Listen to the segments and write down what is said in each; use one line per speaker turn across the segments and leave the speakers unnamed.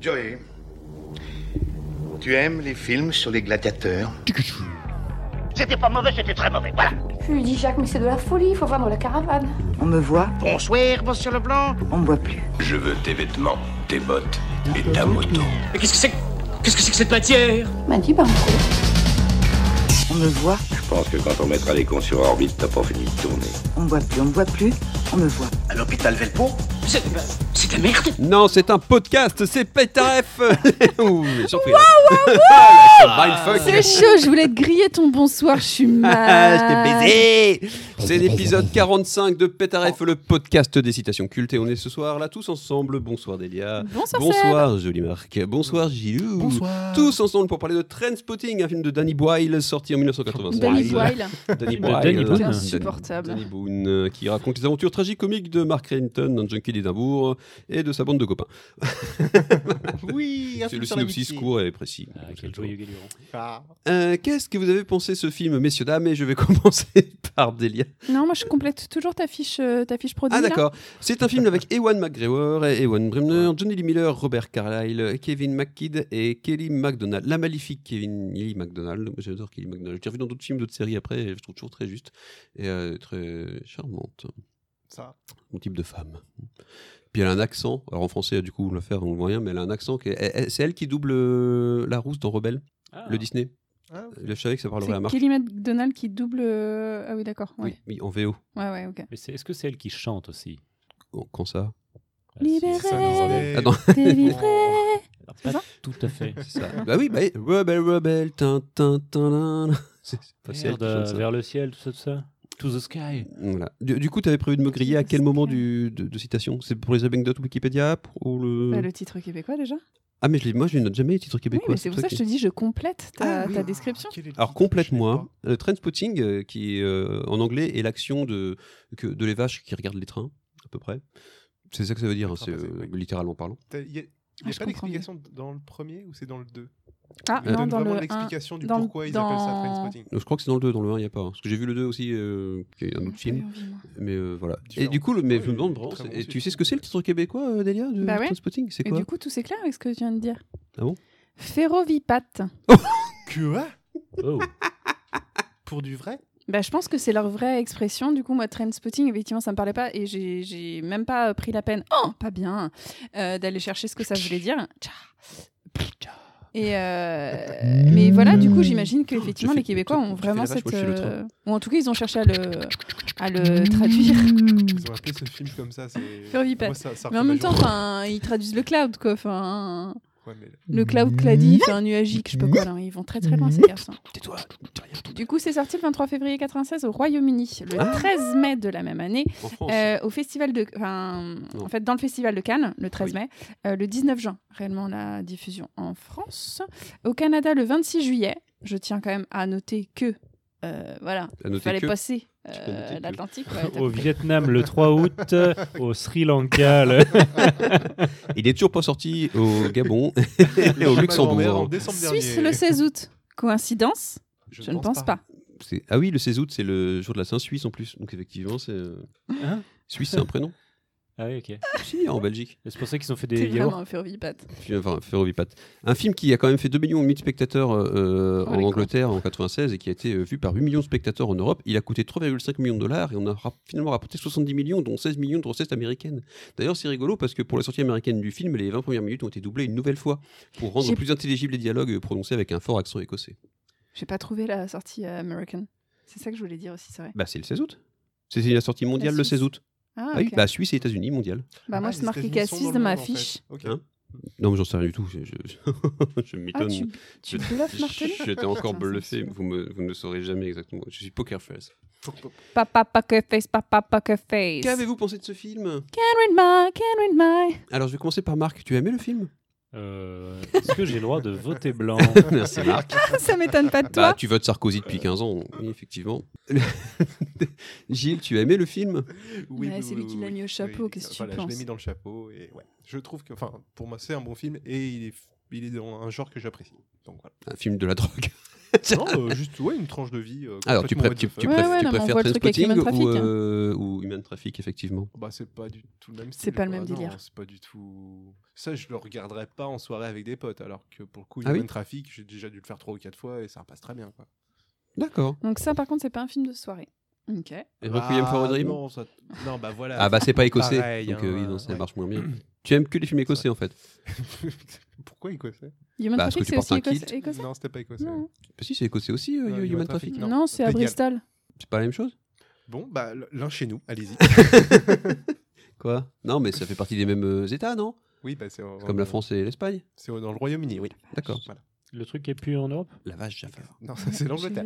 Joey, tu aimes les films sur les gladiateurs
C'était pas mauvais, c'était très mauvais. Voilà.
Je lui dis, Jacques, mais c'est de la folie, il faut vendre la caravane.
On me voit,
Bonsoir, monsieur Leblanc.
on me voit plus.
Je veux tes vêtements, tes bottes et ta moto.
Mais qu'est-ce que c'est que... Qu'est-ce que c'est que cette matière
Il m'a dit, ben, cool.
On me voit,
Je pense que quand on mettra les cons sur orbite, t'as pas fini de tourner.
on me voit plus, on me voit plus, on me voit.
À l'hôpital Velpo
C'est c'est de la merde
Non, c'est un podcast, c'est Pétaref Ouh, surprise Ah,
C'est chaud, je voulais te griller ton bonsoir, je suis mal.
Ah, je t'ai baisé C'est l'épisode 45 de Pétaref, le podcast des citations cultes, et on est ce soir là tous ensemble. Bonsoir Delia.
Bonsoir,
Bonsoir Jolie Marc. Bonsoir Gilou. Bonsoir. Tous ensemble pour parler de Trendspotting, un film de Danny Boyle sorti en
Seb.
1985.
Danny Boyle,
Danny
De
Boyle.
Danny Boone.
t'es insupportable.
Danny Boone, euh, qui raconte les aventures tragicomiques de Mark Renton, un junkie d'Édimbourg, et de sa bande de copains.
Oui, un
C'est
film
le
sur
synopsis
l'amitié.
court et précis.
Ah, quel joyeux galurant.
Ah.
Euh, Qu'est-ce que vous avez pensé de ce film, messieurs, dames Et je vais commencer par Delia.
Non, moi je complète toujours ta fiche, euh, ta fiche produit.
Ah
là.
d'accord, c'est un film avec Ewan McGregor, Ewan Bremner, Johnny Lee Miller, Robert Carlyle, Kevin McKidd et Kelly MacDonald. La maléfique Kevin Lee MacDonald, Moi, j'adore Kelly MacDonald. J'ai revu dans d'autres films, d'autres séries après, et je trouve toujours très juste et euh, très charmante,
Ça.
mon type de femme. Puis elle a un accent, alors en français du coup on le fait, on le voit rien, mais elle a un accent, qui est- elle- elle- c'est elle qui double euh, la rousse dans Rebelle,
Ah.
le Disney.
Ah, ok.
Je savais que ça parlerait à
C'est
Marc.
Kelly McDonald qui double. euh, Ah oui, d'accord. Ouais.
Oui, oui, en VO.
ouais, ouais, ok.
Mais c'est- est-ce que c'est elle qui chante aussi
Oh, Quand ça
Ah, si,
Libéré.
c'est ça, non, ça
Ah non,
Délivré.
va.
C'est ça
Pas tout à fait.
c'est ça. bah oui, bah, oui. Rebel, Rebel, tin, tin, tin, nan, nan. C'est c'est pas celle
Merde,
qui chante
euh,
ça.
vers le ciel, tout ça, tout ça. To the sky.
Voilà. Du, du coup, t'avais prévu de me griller à quel moment du, de, de citation C'est pour les anecdotes Wikipédia pour le...
Bah, le titre québécois déjà.
Ah, mais je l'ai- moi, je ne note jamais les titres
Oui,
québécois.
mais c'est pour ça que je te dis, je complète ta,
Ah, oui.
ta description.
Quel est le
Alors,
titre Je
complète-moi.
l'ai
Le train spotting, euh, qui est euh, en anglais, est l'action de, que- de les vaches qui regardent les trains, à peu près. C'est ça que ça veut dire, hein,
Enfin,
c'est
c'est-
euh,
oui.
littéralement parlant.
pas. T'as- Il y a, il y a
Ah, je
pas
comprends
d'explication dans le premier ou c'est dans le 2
Ah,
Ils
non,
donnent
dans
vraiment
le 1.
l'explication du
dans le-
pourquoi ils
dans-
appellent ça Trainspotting.
Je crois que c'est dans le 2, dans le 1, il n'y a pas. hein. Parce que j'ai vu le 2 aussi, euh, qui est un autre film. Mais euh, voilà. Et
Différent.
du coup, le, mais
Oui,
je me demande,
très
vraiment,
bon
et tu
sujet.
sais ce que c'est le titre québécois, euh, Delia, de
Bah ouais.
Trainspotting C'est
Et
quoi
du coup, tout c'est clair avec ce que tu viens de dire.
Ah bon
Ferrovipat.
Que
Oh,
Pour du vrai
Bah, je pense que c'est leur vraie expression. Du coup, moi, Trendspotting, effectivement, ça me parlait pas et j'ai- j'ai même pas euh, pris la peine, oh, pas bien, euh, d'aller chercher ce que ça voulait dire. Tcha. Tcha. Et euh, mais voilà, du coup, j'imagine qu'effectivement,
J'ai fait-
les Québécois
j'ai
ont
fait
vraiment
la vache,
cette.
moi, je suis le train.
euh, Ou en tout cas, ils ont cherché à le, à le traduire.
Ils ont appelé ce film comme ça. c'est-
Furvipet.
Moi, ça- ça
Mais en même temps,
remet
enfin, ils traduisent le cloud, quoi. Enfin,
genre- Ouais, mais
le cloud cladi, un nuagique, je sais pas quoi. là. Ils vont très très loin, ces garçons.
Tais-toi, dis rien. Ah.
Du coup, c'est sorti le 23 février 96 au Royaume-Uni. Le 13 mai de la même année,
En France.
Euh, au festival de, enfin,
Non.
en fait, dans le festival de Cannes, le 13
Oui.
mai, euh, le 19 juin, réellement la diffusion en France, au Canada le 26 juillet. Je tiens quand même à noter que, euh, voilà,
À noter
fallait
que-
passer
Tu
euh,
peux noter que.
l'Atlantique. ouais, t'as
au
compris.
Vietnam le 3 août, au Sri Lanka le...
Il est toujours pas sorti au Gabon et au
Ma grand-mère, En
Luxembourg.
décembre
Suisse
dernier.
le 16 août. Coïncidence Je, ne pense pas.
C'est- Ah oui, le 16 août, c'est le jour de la Saint-Suisse en plus. Donc effectivement, c'est. euh,
Hein
Suisse, c'est un prénom
Ah oui, ok.
Si, en Belgique.
C'est pour ça qu'ils ont fait
T'es
des
vraiment
yaourts.
un fervipate.
Enfin, Ferrovipat. Un film qui a quand même fait 2 millions et demi de spectateurs euh,
Oh,
en
les cons.
Angleterre en 96 et qui a été euh, vu par 8 millions de spectateurs en Europe. Il a coûté 3,5 millions de dollars et on a rap- finalement rapporté 70 millions, dont 16 millions de recettes américaines. D'ailleurs, c'est rigolo parce que pour la sortie américaine du film, les 20 premières minutes ont été doublées une nouvelle fois pour rendre
J'ai-
plus intelligibles les dialogues prononcés avec un fort accent écossais.
J'ai pas trouvé la sortie euh, American. C'est ça que je voulais dire aussi, c'est vrai.
Bah, c'est le 16 août. C'est la sortie mondiale le
Suisse.
16 août.
Ah,
Ah oui,
ok.
bah Suisse et États-Unis mondial.
Bah, moi,
Ah,
je
les
marquais
États-Unis
qu'à
sont
6
dans
de
le
ma
monde, en fait.
fiche.
Ok.
Hein Non, mais j'en sais rien du tout. Je, je- je
Ah,
m'étonne.
tu, tu bluffes, Martin Ah,
Je- J'étais encore
Putain, ça me
bluffé.
saoule.
Vous, me- vous ne saurez jamais exactement. Je suis poker face.
Papa, poker face, papa, poker face.
Qu'avez-vous pensé de ce film
Can read my, can read my.
Alors, je vais commencer par Marc. Tu as aimé le film
Euh, Est-ce que j'ai le droit de voter blanc
Merci Marc.
Ça m'étonne pas de
Bah,
toi.
tu votes Sarkozy depuis 15 ans. Oui, effectivement. Gilles, tu as aimé le film
Oui,
Ouais,
oui,
c'est
oui,
lui qui
oui,
l'a
oui.
mis au chapeau,
Oui,
qu'est-ce que tu
voilà, Je
penses
l'ai mis dans le chapeau et ouais. Je trouve que, enfin, pour moi, c'est un bon film et il est, il est dans un genre que j'apprécie. Donc voilà.
Un film de la drogue.
non, euh, juste ouais, une tranche de vie. euh,
Alors, tu,
complètement
pré- tu,
what the
tu
fuck.
Ouais,
préfères- tu
ouais, non, mais on
préfères
voit le truc avec
Trainspotting
Human Traffic,
ou,
hein.
euh, ou Human Traffic, effectivement
Bah, c'est pas du tout le même
C'est
style,
pas le
quoi.
même
Non,
délire.
C'est pas du tout. Ça, je le regarderais pas en soirée avec des potes, alors que pour le coup,
Ah
Human
oui
Traffic, j'ai déjà dû le faire trois ou quatre fois et ça repasse très bien. Quoi.
D'accord.
Donc ça, par contre, c'est pas un film de soirée. Ok.
Et Requiem
Ah,
for a Dream
non, ça- non, bah voilà.
Ah bah c'est pas écossais,
Pareil,
donc
hein,
euh, oui, non, ça
ouais.
marche moins bien. Tu aimes que les films écossais en fait
Pourquoi écossais
Human
Bah, parce
Traffic,
que tu
c'est aussi
portes un
écossais,
kilt.
écossais
Non, c'était pas écossais.
Non,
Bah Si, c'est écossais aussi, euh,
Non,
Human Traffic.
Non,
Non, c'est à
Bengale.
Bristol.
C'est pas la même chose
Bon, bah l- l'un chez nous, allez-y.
Quoi Non, mais ça fait partie des mêmes euh, États, non
oui, bah c'est au-
C'est Comme la France et l'Espagne
C'est au- dans le Royaume-Uni, oui.
D'accord.
Voilà.
Le truc qui est plus en Europe
La vache, Jaffa.
Non, ça, c'est l'Angleterre.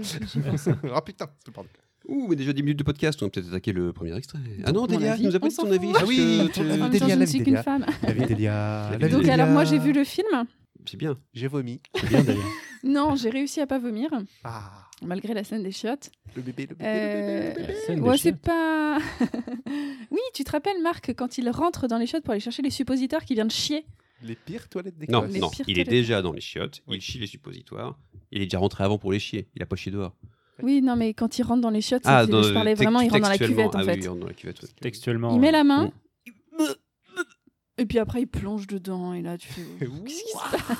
ah putain, c'est pardon.
Ouh, mais déjà 10 minutes de podcast, on va peut-être attaquer le premier extrait. Ah non,
Mon
Delia,
avis,
tu nous as
on
pas dit
s'en
ton avis.
fout.
parce
Ah oui,
que tu-
ton
En même
avis.
temps,
Delia,
je ne
la
suis
vie
qu'une
d'Elia.
femme.
La vie d'Elia.
la vie
Donc alors, moi, j'ai vu le film.
C'est bien.
J'ai vomi.
C'est bien d'ailleurs.
Non, j'ai réussi à pas vomir,
Ah,
malgré la scène des chiottes.
le bébé, le bébé.
Euh,
La scène
Ouais,
des
c'est
chiottes.
pas. oui, tu te rappelles, Marc, quand il rentre dans les chiottes pour aller chercher les suppositeurs qui viennent chier.
Les pires toilettes des
Non,
Les
non,
pires
il est
toilettes.
déjà dans les chiottes, il
Oui.
chie les suppositoires, il est déjà rentré avant pour les chier, il a pas chié dehors.
Oui, non, mais quand il rentre dans les chiottes, c'est- je parlais
tex-
vraiment, il rentre dans la
Ah, textuellement.
cuvette en
ah
fait.
Oui, il rentre dans la cuvette. ouais.
Textuellement.
Il met la main.
Mm.
Et puis après, il plonge dedans. Et là, tu fais. oh.
Ouh.
Qu'est-ce qui se passe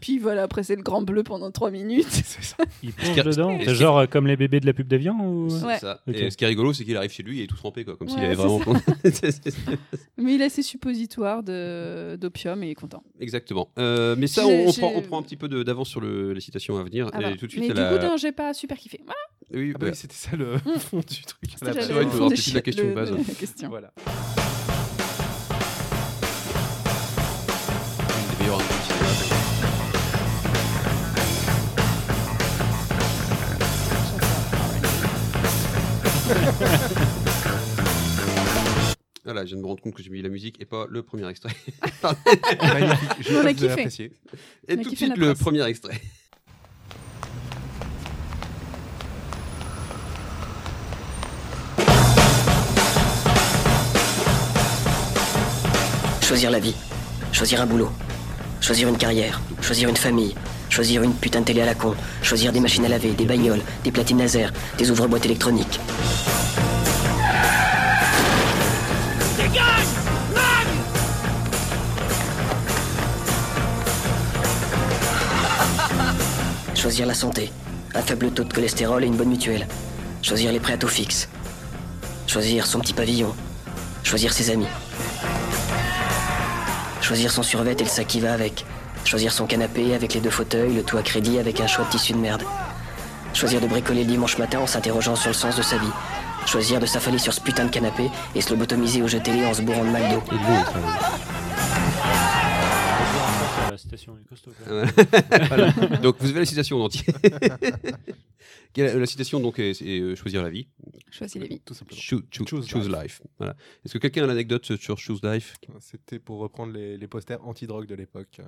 Puis voilà, après, c'est le grand bleu pendant 3 minutes.
Il plonge
Est-ce que-
dedans.
est-ce
C'est
que-
genre euh, comme les bébés de la pub d'avion ou...
C'est
Ouais.
ça.
Ok.
Et ce qui est rigolo, c'est qu'il arrive chez lui et il est tout trempé, quoi, comme s'il
Ouais,
avait
c'est
vraiment. C'est- c'est- c'est-
Mais il a ses suppositoires de- d'opium et il est content.
Exactement. Euh, mais ça,
J'ai-
on, on
j'ai-
prend, on prend un petit peu de- d'avance sur le, les citations à venir.
Ah,
et
voilà.
tout de suite,
mais
elle
du
a-
coup, non, j'ai pas super kiffé. Voilà,
Oui,
Ah bah
bah,
oui, c'était ça le
Mm.
fond du truc. à la
c'était
base.
j'avais
il
le
faut
fond
avoir
des
tout de suite la
chiottes,
question de
le-
base.
le- la question.
Voilà.
il devait y avoir un petit cinéma. Voilà, Ah, je viens de me rendre compte que j'ai mis la musique et pas le premier extrait.
Magnifique. J'ai
On a
vous avez
kiffé.
apprécié.
Et
On a
tout de
kiffé
suite,
notre
le
race.
premier extrait.
Choisir la vie. Choisir un boulot. Choisir une carrière. Choisir une famille. Choisir une putain de télé à la con. Choisir des machines à laver, des bagnoles, des platines laser, des ouvre-boîtes électroniques. Choisir la santé. Un faible taux de cholestérol et une bonne mutuelle. Choisir les prêts à taux fixe. Choisir son petit pavillon. Choisir ses amis. Choisir son survêt et le sac qui va avec. Choisir son canapé avec les deux fauteuils, le tout à crédit avec un choix de tissu de merde. Choisir de bricoler le dimanche matin en s'interrogeant sur le sens de sa vie. Choisir de s'affaler sur ce putain de canapé et se lobotomiser au jeu télé en se bourrant de mal d'eau.
Et hein. de l'eau, ça, oui.
La citation est costaud. quoi.
Voilà. donc vous avez la citation en entier. Quelle- la citation donc est, est, euh, choisir la vie.
Choisis les vies.
Tout simplement.
Choo- choo- choose,
Choose
life. Voilà. Est-ce que quelqu'un a l'anecdote sur choose life
C'était pour reprendre les, les posters anti-drogue de l'époque.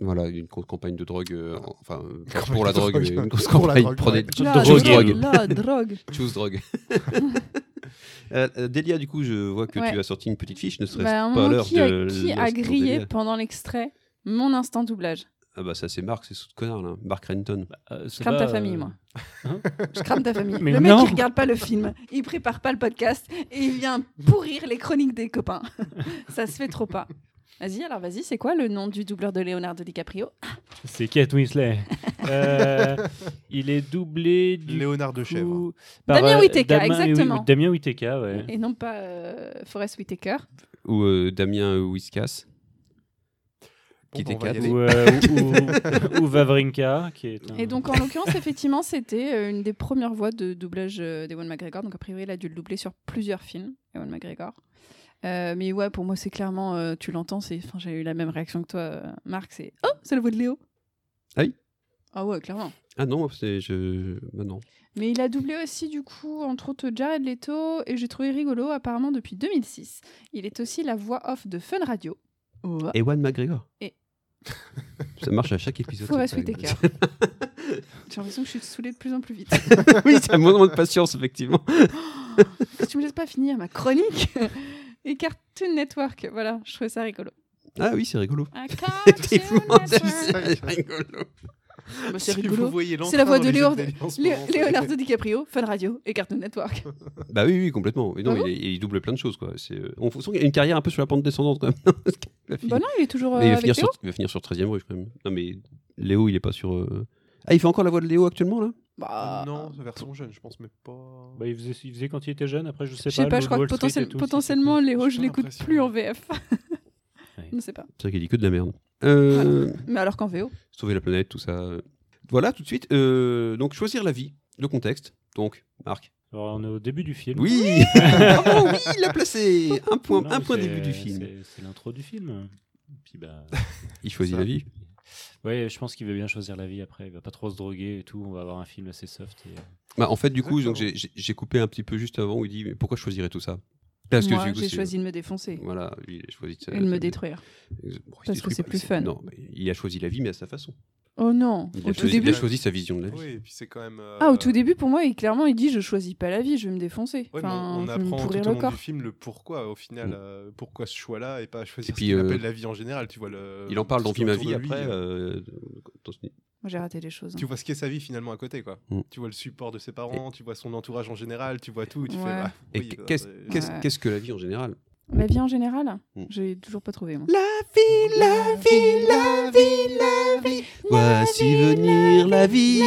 Voilà une grosse campagne de drogue, euh, en- enfin euh, pas
Campagne
pour la
de
drogue,
drogue.
mais une grosse
Pour la
campagne.
drogue,
prenez-
ouais.
La
Choose
drogue.
drogue.
La drogue.
Choose drogue. Euh, euh, Delia, du coup, je vois que
Ouais.
tu as sorti une petite fiche, ne serait-ce
Bah, à un
pas à
moment,
l'heure
qui a,
de
qui a
l'instant
grillé
Delia.
pendant l'extrait mon instant doublage
Ah bah ça c'est Marc, c'est ce connard là, Marc Renton.
Euh,
Je
ça
crame
va,
ta
euh,
famille, moi.
hein
je crame ta famille.
Mais
le mec,
non.
il regarde pas le film, il prépare pas le podcast et il vient pourrir les chroniques des copains. Ça se fait trop pas. Vas-y, alors vas-y, c'est quoi le nom du doubleur de Leonardo DiCaprio
C'est Kate Winslet. Euh, il est doublé du
Léonard de Chèvre.
coup par,
Damien
euh,
Whittaker,
Damien-
exactement.
Damien Whittaker, ouais.
Et non pas euh, Forrest Whitaker.
Ou euh, Damien Whiskas. Qui était
on va y
quatre.
aller.
ou, euh, ou- ou- ou Vavrinka, qui est un-
Et donc, en l'occurrence, effectivement, c'était euh, une des premières voix de doublage euh, d'Ewan McGregor. Donc, a priori, il a dû le doubler sur plusieurs films, Ewan McGregor. Euh, mais ouais, pour moi, c'est clairement, euh, tu l'entends, c'est, enfin, j'ai eu la même réaction que toi, euh, Marc, c'est Oh, c'est la voix de Léo
Ah oui
Ah ouais, clairement.
Ah non, c'est je bah non.
Mais il a doublé aussi, du coup, entre autres Jared Leto, et j'ai trouvé rigolo, apparemment, depuis 2006. Il est aussi la voix off de Fun Radio. Ouais.
Ewan McGregor.
Bah. Et-
Ça marche à chaque épisode.
Forest
cette blague.
Whitaker. J'ai l'impression que je suis saoulée de plus en plus vite.
oui, c'est un moment de patience, effectivement.
tu me laisses pas finir ma chronique et Cartoon Network. Voilà, je trouvais ça rigolo.
Ah oui, c'est rigolo.
Un
Effectivement,
Cartoon
c'est
Network.
c'est rigolo.
Bah, c'est
Si
rigolo.
vous voyez
C'est la voix
l'enfer
de
dans
Léo-
les yeux de Dali en ce
Lé-
moment, c'est-
Leonardo DiCaprio, Fun Radio et Cartoon Network.
Bah oui, oui, complètement. Et non,
Ah
il,
bon
est- il double plein de choses. Quoi. C'est, euh, on sent qu'il y a une carrière un peu sur la pente descendante quand même. La fille.
bah non, il est toujours euh,
Mais il, va
avec
finir
Léo.
sur, il va finir sur 13ème rue quand même. Non, mais Léo, il est pas sur. euh, Ah, il fait encore la voix de Léo actuellement là
Bah,
Non, la version jeune, je pense, mais pas.
Bah, il, faisait, il faisait quand il était jeune, après je sais
Je
pas.
sais pas,
le
je crois que
Wall Street et
potentiel-
tout,
potentiellement Léo,
J'ai
je l'écoute
l'impression.
plus en VF.
Ouais.
Je ne sais pas.
C'est vrai qu'il dit que de la merde. Euh,
Mais alors qu'en VO,
Sauver la planète, tout ça. Voilà, tout de suite. euh, donc, choisir la vie, le contexte. Donc, Marc.
c'est- Alors, on est au début du film.
Oui Bravo, oui, il l'a placé Un point,
Ah Non,
un
mais
point
c'est-
début du film.
c'est- C'est l'intro du film. Puis bah.
Il choisit
ça.
la vie.
Ouais, je pense qu'il veut bien choisir la vie après. Il va pas trop se droguer et tout. On va avoir un film assez soft. et, euh,
Bah, en fait, du coup, donc, j'ai-
Exactement.
j'ai j'ai coupé un petit peu juste avant où il dit Mais pourquoi je choisirais tout ça Parce
moi,
du coup,
j'ai
c'est-
choisi de me défoncer
Voilà, il a choisi de
et de me détruire. Parce que c'est plus fun.
Non, mais il a choisi la vie, mais à sa façon.
Oh non,
Il,
au
a,
tout
choisi, il a
début.
choisi sa vision de la vie.
Oui, et puis c'est quand même.
Ah,
euh,
au tout début, pour moi, il, clairement, il dit je choisis pas la vie, je vais me défoncer.
Ouais, mais
enfin,
on,
je
on
vais me
apprend tout
pourrir
au
le
long
corps.
du film le pourquoi au final,
Mm.
euh, pourquoi ce choix-là et pas choisir
Et puis,
ce qu'il
euh,
appelle la vie en général. Tu vois le.
Il en parle
ce
dans
qui
Vie
est
ma
autour
vie
de lui,
après.
euh,
euh, dans ce-
Moi, j'ai raté des choses. hein.
Tu vois ce qu'est sa vie finalement à côté quoi.
Mm.
Tu vois le support de ses parents, tu vois son entourage en général, tu vois tout. Tu
Ouais.
fais. bah,
Et
oui, bah,
qu'est-ce
euh,
qu'est-ce-
Ouais.
qu'est-ce que la vie en général
La vie en général,
Mm.
j'ai toujours pas trouvé. Moi.
La vie, la vie, la vie. Voici venir la vie.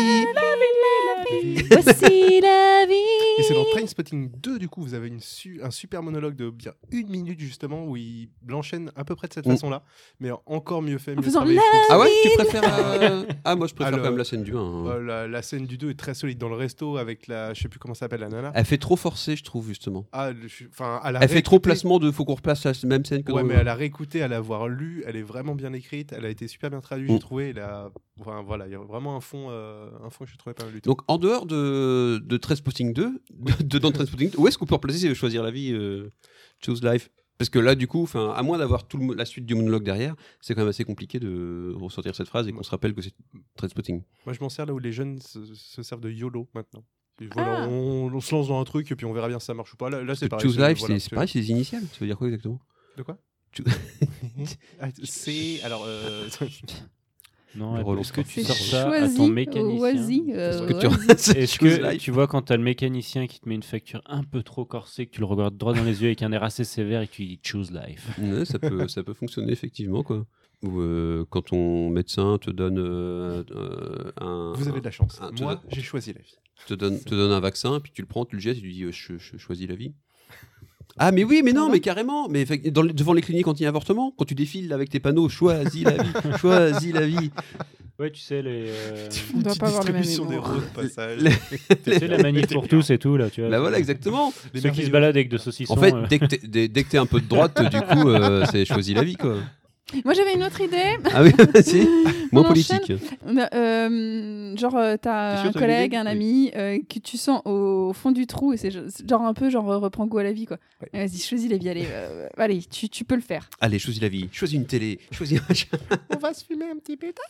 Voici la
Et
vie.
c'est dans Trainspotting 2, du coup, vous avez une su- un super monologue de bien une minute, justement, où il l'enchaîne à peu près de cette
Mm.
façon-là, mais encore mieux fait, mieux
faisant
travaillé, je
Ah
trouve.
ouais, tu préfères. euh, Ah, moi je préfère
Alors,
quand même la scène du hein. 1.
Euh, la, la scène du 2 est très solide dans le resto avec la. Je sais plus comment ça s'appelle, la nana.
Elle fait trop forcer, je trouve, justement.
Ah, le- je- enfin, à la
Elle fait trop
réécouter-
placement de faut qu'on replace la même scène que
Ouais,
dans
mais
le-
à la réécouter, à l'avoir lue, elle est vraiment bien écrite, elle a été super bien traduite,
Mm.
j'ai trouvé. elle a- enfin, voilà, il y a vraiment un fond, euh, un fond que je trouvais pas mal du tout.
Donc, en dehors de, de Trainspotting 2, de, de- dans Trainspotting 2, où est-ce qu'on peut replacer Choisir la vie, euh, Choose Life Parce que là, du coup, enfin, à moins d'avoir tout le mo- la suite du monologue derrière, c'est quand même assez compliqué de ressortir cette phrase et qu'on se rappelle que c'est Trainspotting.
Moi, je m'en sers là où les jeunes se, se servent de YOLO maintenant. Et voilà,
Ah.
on, on se lance dans un truc et puis on verra bien si ça marche ou pas. Là, là, c'est pareil.
Choose
c'est-
Life,
voilà,
c'est- c'est pareil, c'est les initiales. Ça veut dire quoi exactement
De quoi
Tu-
Ah, C'est alors euh,
Non,
Je
attends,
relance
est-ce que
pas.
tu
C'est
sors ça à
choisi
ton
au
mécanicien
oisi, euh,
que tu-
oisi.
Est-ce
Choose
que
Life.
tu vois quand t'as le mécanicien qui te met une facture un peu trop corsée, que tu le regardes droit dans les yeux avec un air assez sévère et que tu dis choose life
Ouais, euh, ça, peut, ça peut fonctionner effectivement quoi. Ou euh, quand ton médecin te donne euh, euh, un,
vous avez de la chance.
Ah, tout
Moi,
à-
j'ai choisi la vie.
te donne te donne un vaccin, puis tu le prends, tu le jettes, et tu lui dis euh, je, je choisis la vie. Ah mais oui mais non mais carrément mais fait- dans les- devant les cliniques anti-avortement quand tu défiles avec tes panneaux choisis la vie choisis la vie
Ouais, tu sais, les, euh, tu
On doit
Petite
pas avoir les mêmes
distribution des
mémoires.
rôles de passage.
Les-
sais, la manif pour tous et tout, là, tu vois.
Euh,
là Bah, voilà exactement
Les
Ceux qui se baladent avec de saucissons.
en fait
euh,
dès que t'es- dès- dès que t'es un peu de droite du coup euh, c'est choisis la vie quoi
Moi, j'avais une autre idée.
ah oui si moins
On enchaîne.
politique
On a, Bah, euh, genre, euh, t'as
T'es sûr,
un
t'as
collègue,
une
un
idée
ami euh, que tu sens au fond du trou et c'est ge- c'est genre un peu genre euh, reprends goût à la vie quoi.
Ouais.
Euh, Vas-y, choisis la vie, allez, euh, allez tu, tu peux le faire.
allez choisis la vie choisis une télé choisis un machin.
On va se fumer un petit pétard.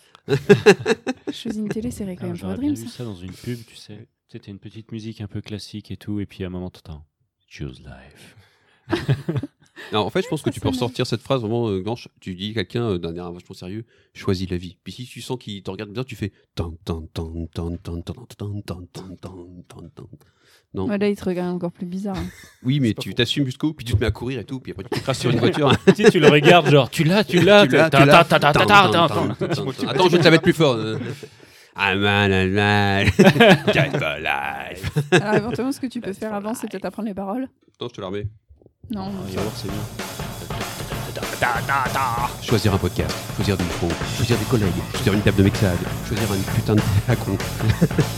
Choisis une télé, c'est quand
ah,
même pas
J'aurais
un
bien
dream
vu
ça.
ça dans une pub, tu sais. Tu sais, t'as une petite musique un peu classique et tout, et puis à un moment, t'entends choose life.
Non, en fait, je pense que
Ça
tu peux
sonne.
ressortir cette phrase vraiment, euh, Ganche, Tu dis à quelqu'un euh, d'un air vachement sérieux, choisis la vie. Puis si tu sens qu'il te regarde bien, tu fais. tan, tan, tan, tan, tan, tan, tan, tan, tan, tan, tan, tan. Non.
Ouais, là, il te regarde encore plus bizarre. hein.
Oui, mais
C'est pas
tu
faux.
t'assumes jusqu'au bout, puis tu te mets à courir et tout, puis après tu te craches sur une voiture.
si tu le regardes, genre, tu l'as, tu l'as,
Tu l'as, tu
t'as-
l'as.
t'as- t'as-
Tan,
t'as-
tan, tan,
t'as- t'as-
tan, tan, tan. Attends, je vais te la mettre plus fort. Euh, Ah mal, ah mal. Get the life.
Alors, éventuellement, ce que tu peux
That's
faire
for
avant, c'est peut-être apprendre les paroles.
Non, je te la remets.
Non,
Il va voir, c'est bien.
Choisir un podcast, choisir des micros, choisir des collègues, choisir une table de mixage, choisir un putain de flacon.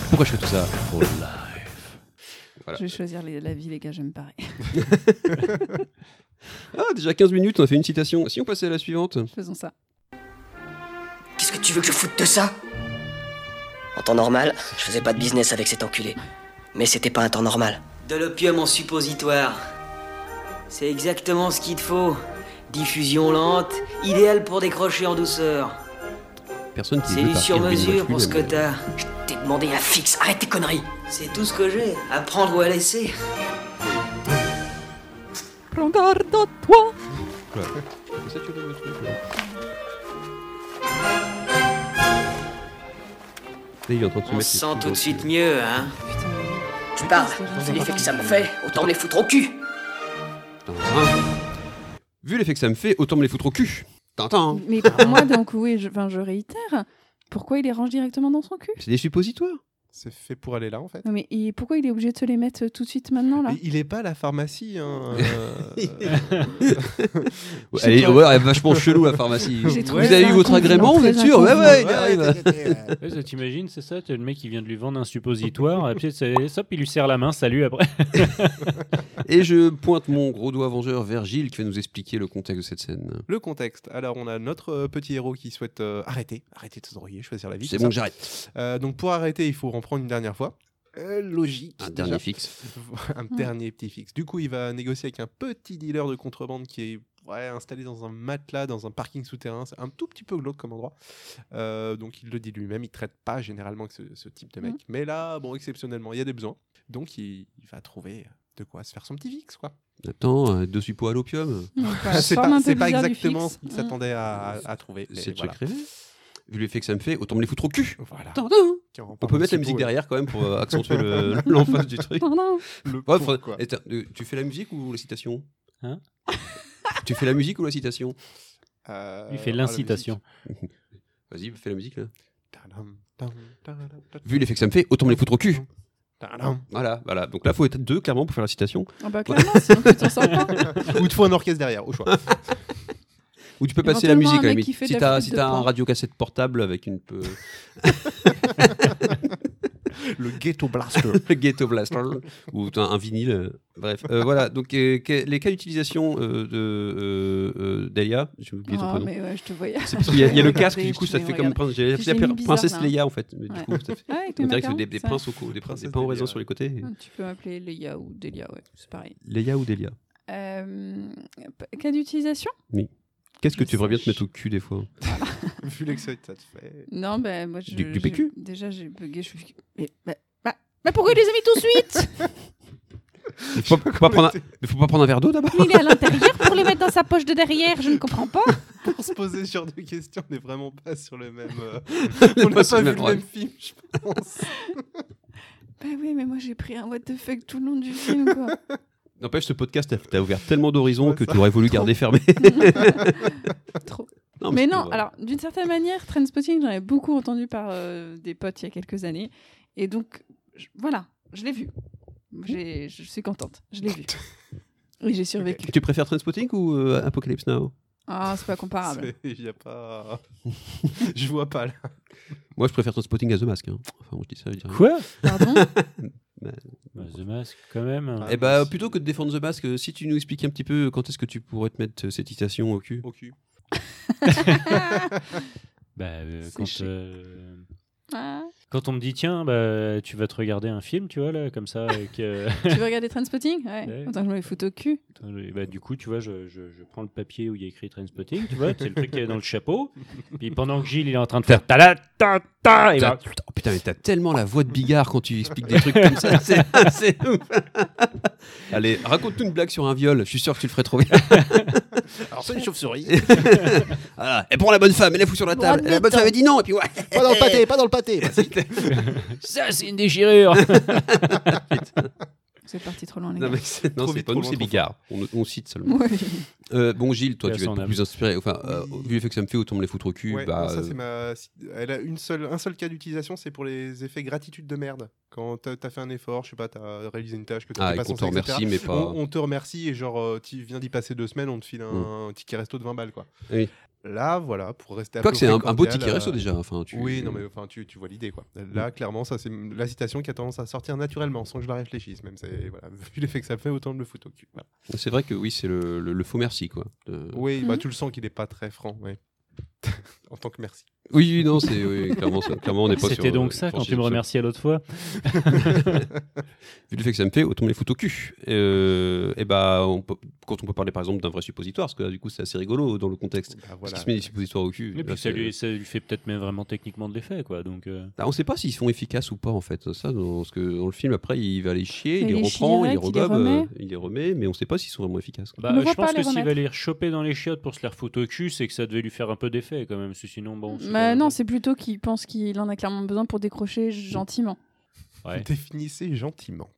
Pourquoi je fais tout ça Oh Pour life. Voilà.
je vais choisir les- la vie, les gars, je vais me parer.
Ah, déjà 15 minutes, on a fait une citation. Si on passait à la suivante
Faisons ça.
Qu'est-ce que tu veux que je foute de ça En temps normal, je faisais pas de business avec cet enculé. Mais c'était pas un temps normal. De l'opium en suppositoire. C'est exactement ce qu'il te faut. Diffusion lente, idéale pour décrocher en douceur.
Personne qui
C'est
veut
du
par
sur-mesure
Irwin
pour
Bush
ce que
lui-même.
t'as. Je t'ai demandé un fixe, arrête tes conneries. C'est tout ce que j'ai, à prendre ou à laisser.
Prends garde à toi
Ouais. Ça, tu veux le truc, ouais. Là, il est en train de se
On
mettre
se
les
sent
couilles
tout
dans
de
le
suite
cul.
mieux, hein
Putain, mais oui.
Je parle, vu l'effet que ça me fait, autant me les foutre au cul
Tintin. Ah, Vu l'effet que ça me fait, autant me les foutre au cul. Tintin. hein.
Mais pour moi, donc, oui, je, enfin, je réitère. Pourquoi il les range directement dans son cul
C'est des suppositoires.
C'est fait pour aller là, en fait.
Non, mais et pourquoi il est obligé de se les mettre euh, tout de suite maintenant, là
Mais il est pas à la pharmacie. Hein, euh,
Ouais,
sais
Elle est,
pas.
ouais, elle est vachement chelou la pharmacie.
J'ai
Vous
trouvé
avez
ça
eu votre
inconvenant,
agrément, vous
très
êtes sûr Ouais,
inconvenant.
ouais, il arrive.
Ouais, ça, T'imagines, c'est ça T'as le mec qui vient de lui vendre un suppositoire, et puis c'est- hop, il lui serre la main, salut après.
Et je pointe mon gros doigt vengeur vers Gilles qui va nous expliquer le contexte de cette scène.
Le contexte. Alors, on a notre euh, petit héros qui souhaite euh, arrêter, arrêter de se droguer, choisir la vie.
C'est
tout
bon,
ça.
j'arrête.
Euh, donc, pour arrêter, il faut en prendre une dernière fois. Euh, logique.
Un
déjà.
dernier fixe.
un dernier petit fixe. Du coup, il va négocier avec un petit dealer de contrebande qui est ouais, installé dans un matelas, dans un parking souterrain. C'est un tout petit peu glauque comme endroit. Euh, donc, il le dit lui-même, il traite pas généralement avec ce, ce type de mec.
Mm.
Mais là, bon, exceptionnellement, il y a des besoins. Donc, il, il va trouver de quoi se faire son petit fixe, quoi.
Attends, euh, deux suppos à l'opium.
Donc, voilà, Mmh.
c'est
forme
pas,
un peu
c'est pas
bizarre du
exactement
fixe.
ce qu'il s'attendait à, à trouver. mais
Mm. C'est
voilà.
Jack Révé. Vu l'effet que ça me fait, autant me les foutre au cul.
Voilà.
Tintin.
Tiens,
Ah,
On
parle
bah,
peut mettre
de
la
Sipo,
musique
euh,
derrière quand même pour euh, accentuer le- l'emphase du truc.
Pardon.
le
Ouais,
pour,
faudrait-
quoi.
Et t'as- euh, tu fais la musique ou la citation
Hein
Tu fais la musique ou la citation
Euh,
Il fait
ah, la musique.
l'incitation.
Vas-y, fais la musique là.
Tadam, tadam, tadam, tadam,
Vu l'effet que ça me fait, autant me les foutre au
Mmh.
cul.
tadam.
Voilà, voilà. Donc là, faut être deux clairement pour faire la citation.
Ah bah clairement, sinon tu t'en sors pas.
Ou il faut un orchestre derrière, au choix.
Ou tu peux passer la
Éventuellement,
musique
un
à la limite.
mec qui fait de
Si
la
t'as
flûte
si
de
t'as un
pan.
radiocassette portable avec une peu-
le ghetto blaster.
le ghetto blaster ou t'as un vinyle. euh, Bref, Euh, voilà. Donc euh, que- les cas d'utilisation euh, de euh, euh, Delia, j'ai oublié ton
Ah,
prénom.
mais ouais, je te voyais.
C'est parce qu'il y a, il y a le casque,
Regardez,
du coup,
je
ça
te
te fait comme
regarde.
prince. J'ai
Puis
appelé
je l'ai mis bizarre,
princesse
là.
Leia en fait. Mais
Ouais.
du coup, ça fait-
Ah, avec
on
les
dirait que c'est
macarons,
des, des
ça.
princes au cou, des, princes, des
Princesse
pains au raisin
Delia,
sur les côtés.
Ah, Tu peux m'appeler Léa ou Delia, ouais, c'est pareil.
Leia ou Delia
Euh, p- cas d'utilisation
Qu'est-ce que
Je
tu aimerais bien te
sache.
mettre au cul des fois
Vu l'excès que ça te fait.
Non, ben moi je.
Du- du
je-
PQ?
Déjà, j'ai bugué, je suis. Mais, bah, bah- bah, pourquoi il les a mis tout de suite
Il faut, pas- faut pas prendre un- faut pas prendre un verre d'eau d'abord
Mais Il est à l'intérieur pour les mettre dans sa poche de derrière, je ne comprends pas.
Pour se poser ce genre de questions, on n'est vraiment pas sur le même. euh,
On
on n'a
est sur
pas
le
vu
même
le
rôle.
même film, je pense.
Bah oui, mais moi j'ai pris un what the fuck tout le long du film, quoi.
N'empêche, ce podcast t'a- t'a ouvert tellement d'horizons
Ouais,
que
ça-
tu aurais voulu garder fermé.
Trop.
Non,
Mais
c'est
non,
vrai.
alors d'une certaine manière, Trainspotting, j'en ai beaucoup entendu par euh, des potes il y a quelques années. Et donc, je- voilà, je l'ai vu. J'ai- Je suis contente, je l'ai vu. Oui, j'ai survécu.
Tu préfères Trainspotting ou euh, Apocalypse Now
Ah, c'est pas comparable.
C'est- Il y a pas. je vois pas là.
Moi, je préfère Trainspotting à The Mask. hein. Enfin, moi, je dis ça, je dis rien.
Quoi
Pardon
Bah, The Mask, quand même.
Ouais.
Eh bah, plutôt que de défendre The Mask, euh, si tu nous expliques un petit peu quand est-ce que tu pourrais te mettre euh, cette citation au cul
Au cul.
Bah, euh,
C'est
quand,
chic.
euh,
Ah.
quand on me dit, tiens, bah, tu vas te regarder un film, tu vois, là, comme ça, avec, euh,
Tu veux regarder Trainspotting Ouais.
Ouais.
Autant que je me les foute au cul.
Et bah, du coup, tu vois, je, je- je prends le papier où il y a écrit Trainspotting, tu vois, c'est le truc qu'il y avait dans le chapeau. Puis pendant que Gilles il est en train de faire ta la ta ta, et
T'as-
ben,
putain, putain, mais t'as tellement la voix de Bigard quand tu expliques des trucs comme ça. C'est c'est ouf. Allez, raconte-nous une blague sur un viol. Je suis sûr que tu le ferais trop bien.
Alors, c'est une chauve-souris.
Voilà. Elle prend la bonne femme, elle la fout sur la table.
Droit de
Et la bonne
veto.
femme, elle dit non. Et puis, ouais.
pas dans le pâté, pas dans le pâté.
ça c'est une déchirure.
C'est parti trop loin, les
Non,
gars.
mais c'est non,
Trop
c'est
vite,
pas
trop
nous,
loin,
c'est
trop
Bigard. On, on cite seulement.
Ouais.
Mmh.
Euh, bon, Gilles, toi,
Et à
tu vas
son
être
âme.
plus inspiré. Enfin, euh,
Oui.
vu l'effet que ça me fait, autant me les foutre au cul.
Ouais,
bah,
non, ça,
euh,
c'est ma... Elle a une seule... un seul cas d'utilisation, c'est pour les effets gratitude de merde. Quand t'as t'as fait un effort, je sais pas, t'as réalisé une tâche que
ah,
t'as
et
pas
qu'on te
censé, etc.
remercie, mais pas.
On, on te remercie et genre, euh, tu viens d'y passer deux semaines, on te file un ticket resto de 20 balles, quoi.
Mm. Oui.
Là, voilà, pour rester à
Quoi
peu
que c'est
près
un, un beau
cordial,
ticket resto
euh,
déjà. Enfin, tu... Mm.
Oui, non, mais enfin, tu, tu vois l'idée, quoi. Là, clairement, ça, c'est m- la citation qui a tendance à sortir naturellement, sans que je la réfléchisse. Même, c'est voilà, vu l'effet que ça fait, autant de le foutre au cul. Voilà.
C'est vrai que oui, c'est le, le- le faux merci, quoi. Euh,
Oui, bah,
Mhm.
tu le sens qu'il est pas très franc, ouais. en tant que merci.
Oui, oui, non, c'est oui, clairement, ça- clairement, on n'est pas sur.
C'était donc
euh,
ça quand
franchise
tu me
absolue.
remerciais l'autre fois. Bah,
Vu le fait que ça me fait, autant me les foutre au cul. Euh, et bah, on peut- quand on peut parler par exemple d'un vrai suppositoire, parce que là, du coup, c'est assez rigolo dans le contexte.
Bah,
Parce
voilà.
qu'ils se mettent des suppositoires au cul.
Et
là,
puis ça
c'est-
lui, ça lui fait peut-être même vraiment techniquement de l'effet, quoi. Donc euh,
Ah, on sait pas s'ils sont efficaces ou pas en fait. Ça, dans- parce que dans le film, après, il va les chier, il
Il
les
les chie
reprend, il les
direct, il les
regobe, euh,
remet.
il les remet, mais on sait pas s'ils sont vraiment efficaces. quoi.
bah,
On ne
je
voit
pense
pas les
que s'il va
remettre.
les choper dans les chiottes pour se les refoutre au cul, c'est que ça devait lui faire un peu d'effet quand même. parce que Sinon, bon, c'est
Bah Ouais, non, c'est plutôt qu'il pense qu'il en a clairement besoin pour décrocher gentiment.
Ouais.
Définissez gentiment.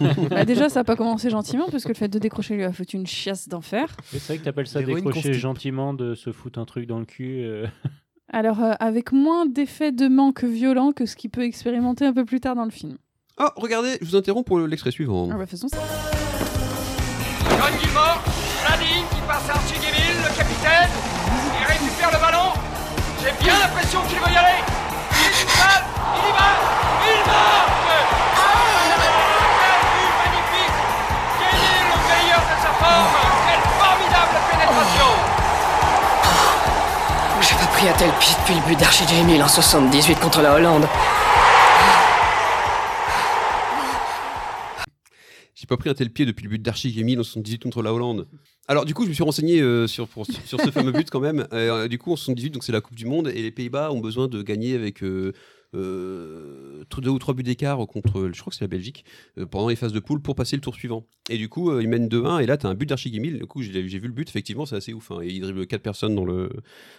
Bah, déjà, ça n'a pas commencé gentiment, parce que le fait de décrocher lui a foutu une chiasse d'enfer.
C'est vrai que t'appelles ça
L'héroïne
décrocher
constipe.
gentiment de se foutre un truc dans le cul. euh.
Alors, euh, avec moins d'effet de manque violent que ce qu'il peut expérimenter un peu plus tard dans le film.
Ah, regardez, je vous interromps pour l'extrait suivant.
Ah bah, faisons ça.
John Gilmore, la ligne qui passe à Archie Gillill, le capitaine. Il récupère le ballon. J'ai bien l'impression qu'il va y aller. Il est une balle. Il y va. Il marque. Ah, la belle but magnifique. Gillill, le meilleur de sa forme. Quelle formidable pénétration.
J'ai pas pris un tel pied depuis le but d'Archie Jamil en 78 contre la Hollande.
J'ai pas pris un tel pied depuis le but d'Archie Gemil en 78 contre la Hollande. Alors, du coup, je me suis renseigné euh, sur, pour- sur ce fameux but quand même. Euh, du coup, en 78, donc c'est la Coupe du Monde et les Pays-Bas ont besoin de gagner avec. euh, euh, deux ou trois buts d'écart contre, je crois que c'est la Belgique, euh, pendant les phases de poule pour passer le tour suivant. Et du coup, euh, ils mènent 2-1 et là, t'as un but d'Archie Gemil. Du coup, j'ai j'ai vu le but, effectivement, c'est assez ouf. hein. Et il dribble quatre personnes dans, le,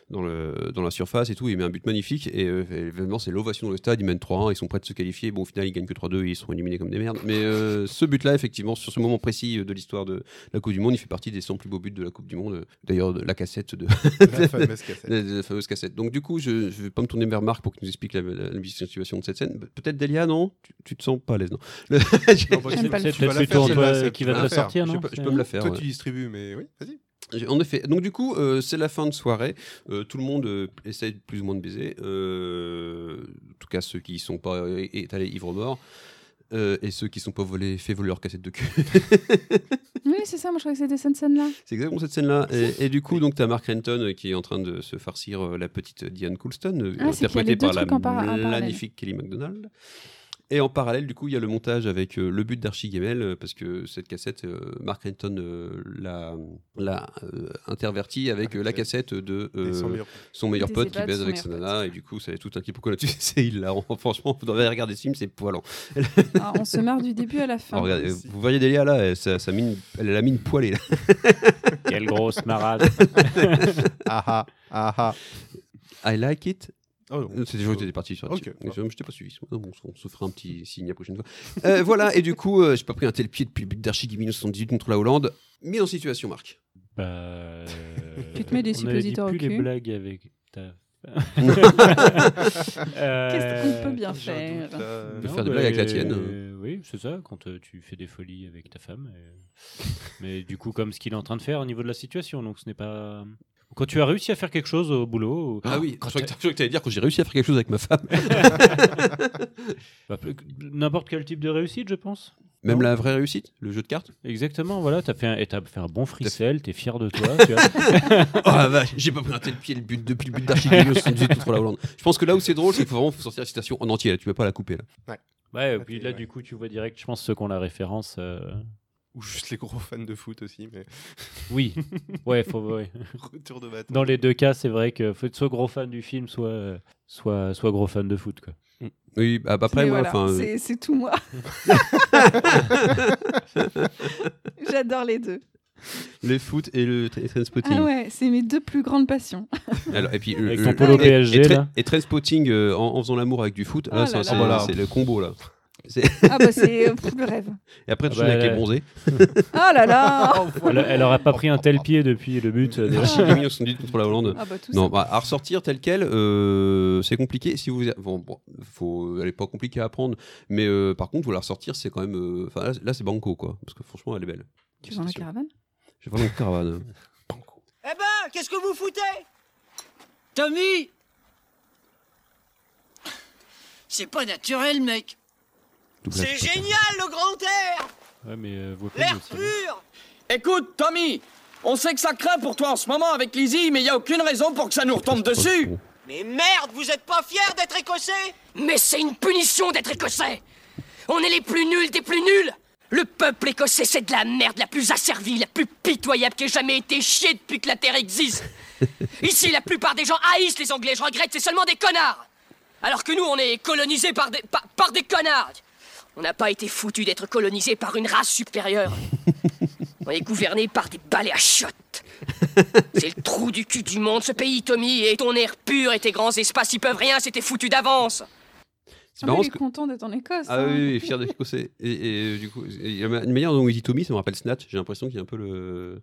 dans, le, dans la surface et tout. Il met un but magnifique. Et euh, évidemment, c'est l'ovation dans le stade. Ils mènent 3-1. Ils sont prêts de se qualifier. Bon, au final, ils gagnent que 3-2. et Ils sont éliminés comme des merdes. Mais euh, ce but-là, effectivement, sur ce moment précis euh, de l'histoire de la Coupe du Monde, il fait partie des 100 plus beaux buts de la Coupe du Monde. euh, D'ailleurs, de la cassette de,
La fameuse cassette.
de, de la fameuse cassette. Donc, du coup, je ne vais pas me tourner vers Marc pour qu'il nous explique la, la- la situation de cette scène. Peut-être Delia, non tu, tu te sens pas à l'aise, non Le-
Non, bah,
J'aime
tu-
pas le
tu
C'est
vas la
peut-être plutôt
faire,
toi
celle-là,
qui
tu vas
va te
la
la
faire.
sortir,
Je
non
peux- je peux me la faire.
Toi,
ouais.
tu distribues, mais oui, vas-y.
J'ai- En effet. Donc du coup, euh, c'est la fin de soirée. Euh, tout le monde euh, essaie de plus ou moins de baiser. Euh, en tout cas, ceux qui ne sont pas euh, étalés ivre mort. Euh, et ceux qui sont pas volés, fait voler leur cassette de cul.
Oui, c'est ça, moi je croyais que c'était cette scène-là.
c'est exactement cette scène-là. Et, et du coup, donc, as Mark Renton euh, qui est en train de se farcir euh, la petite Diane Coulston, euh,
Ah, c'est qu'il y a les
interprétée
deux
par la
trucs en par- en parallèle.
magnifique Kelly MacDonald. Et en parallèle, du coup, il y a le montage avec euh, le but d'Archie Gemmel, euh, parce que cette cassette, euh, Mark Renton euh, l'a, l'a euh, intervertie avec,
Avec
euh, la
la-
cassette de euh,
Des cent meilleurs.
son meilleur
Des
pote qui
ébats de
baise
son
avec sa
meilleur
nana et du coup ça est tout un quiproquo là-dessus c'est hilarant franchement vous devez regarder ce film c'est poilant
Ah, on se marre du début à la fin.
Alors, regardez, euh,
aussi.
vous voyez Delia là elle, sa- sa mine, elle a la mine poilée là
Quelle grosse marade.
Ah ah, ah ah.
I like it
Oh non.
c'était juste j'étais parti sur la
Ok.
dessus. Mais je je t'ai pas suivi Non, bon, on se fera un petit signe la prochaine fois Euh, voilà et du coup euh, j'ai pas pris un tel pied depuis le but d'Archie Guimino 78 contre la Hollande mise en situation Marc
Bah,
Tu te mets des
on avait dit
suppositoires au
plus les
cul.
blagues avec ta.
Qu'est-ce
Euh, bah,
qu'on peut bien
J'ai un doute,
faire
là.
peut faire des blagues avec la tienne.
euh, oui, c'est ça, quand euh, tu fais des folies avec ta femme. euh. Mais du coup, comme ce qu'il est en train de faire au niveau de la situation, donc ce n'est pas. Quand tu as réussi à faire quelque chose au boulot.
ah oui je crois que t'a- je crois que t'allais dire que j'ai réussi à faire quelque chose avec ma femme
bah, peu- N'importe quel type de réussite, je pense.
même
Non.
la vraie réussite le jeu de cartes
Exactement, voilà, t'as fait un, et t'as fait un bon fricelle, t'es fier de toi. tu vois.
Oh la vache, j'ai pas pris un tel pied le but depuis le but d'Archidino 78 contre la Hollande. Je pense que là où c'est drôle, c'est qu'il faut vraiment faut sortir la citation en entier. Là, tu peux pas la couper. Là.
Ouais, et puis là,
Ouais.
du coup, tu vois direct, je pense, ceux qui ont la référence. euh,
Ou juste les gros fans de foot aussi, mais
Oui, ouais, faut, ouais.
retour de bâton.
Dans les deux cas, c'est vrai que faut être soit gros fan du film, soit, euh, soit, soit gros fan de foot. Quoi.
Oui, bah, bah, après,
Mais
moi,
voilà,
enfin. euh,
c'est- c'est tout moi. J'adore les deux.
le foot et le tra- et Trainspotting.
Ah ouais, c'est mes deux plus grandes passions.
Alors, et puis, le-
Avec
le-
ton polo
et-
PSG,
Et, tra-
là.
et Trainspotting euh, en, en faisant l'amour avec du foot,
Oh
là,
là
ça,
là.
c'est
Oh, voilà.
c'est le combo. là.
Ah bah c'est euh, pff, le rêve.
Et après, tu
Ah bah,
avec les
là.
bronzés.
Ah là là
Elle, elle aurait pas pris un tel pied depuis le but. euh, déjà.
Archidino 78 contre la Hollande.
Ah bah tout
Non, bah, à ressortir tel quel, euh, c'est compliqué. Si vous, bon, bon, faut, elle est pas compliquée à apprendre, mais euh, par contre, vous la ressortir, c'est quand même. euh, enfin, là, là, c'est banco, quoi, parce que franchement, elle est belle.
ça. Tu vends la
Citation.
caravane
Je vais voir le caravane.
Eh ben, qu'est-ce que vous foutez Tommy C'est pas naturel, mec.
Doublage.
le grand air
Ouais, mais euh, voit pas
L'air
mieux, ça.
pur Écoute, Tommy, on sait que ça craint pour toi en ce moment avec Lizzie, mais il y a aucune raison pour que ça nous retombe dessus Mais merde, vous êtes pas fiers d'être écossais Mais c'est une punition d'être écossais On est les plus nuls des plus nuls Le peuple écossais, c'est de la merde la plus asservie, la plus pitoyable qui ait jamais été chiée depuis que la Terre existe Ici, la plupart des gens haïssent les Anglais, je regrette, c'est seulement des connards Alors que nous, on est colonisés par des, par, par des connards on n'a pas été foutus d'être colonisés par une race supérieure. On est gouverné par des balais à chiottes. C'est le trou du cul du monde, ce pays, Tommy, et ton air pur et tes grands espaces, ils peuvent rien, c'était foutu d'avance.
C'est
Ah, mais
marrant
il
parce
est
que-
content d'être en Écosse.
Ah
hein.
oui, oui, fier d'être écossais. Et, et, euh, du coup, et la ma- la manière dont il dit Tommy, ça me rappelle Snatch. J'ai l'impression qu'il y a un peu le.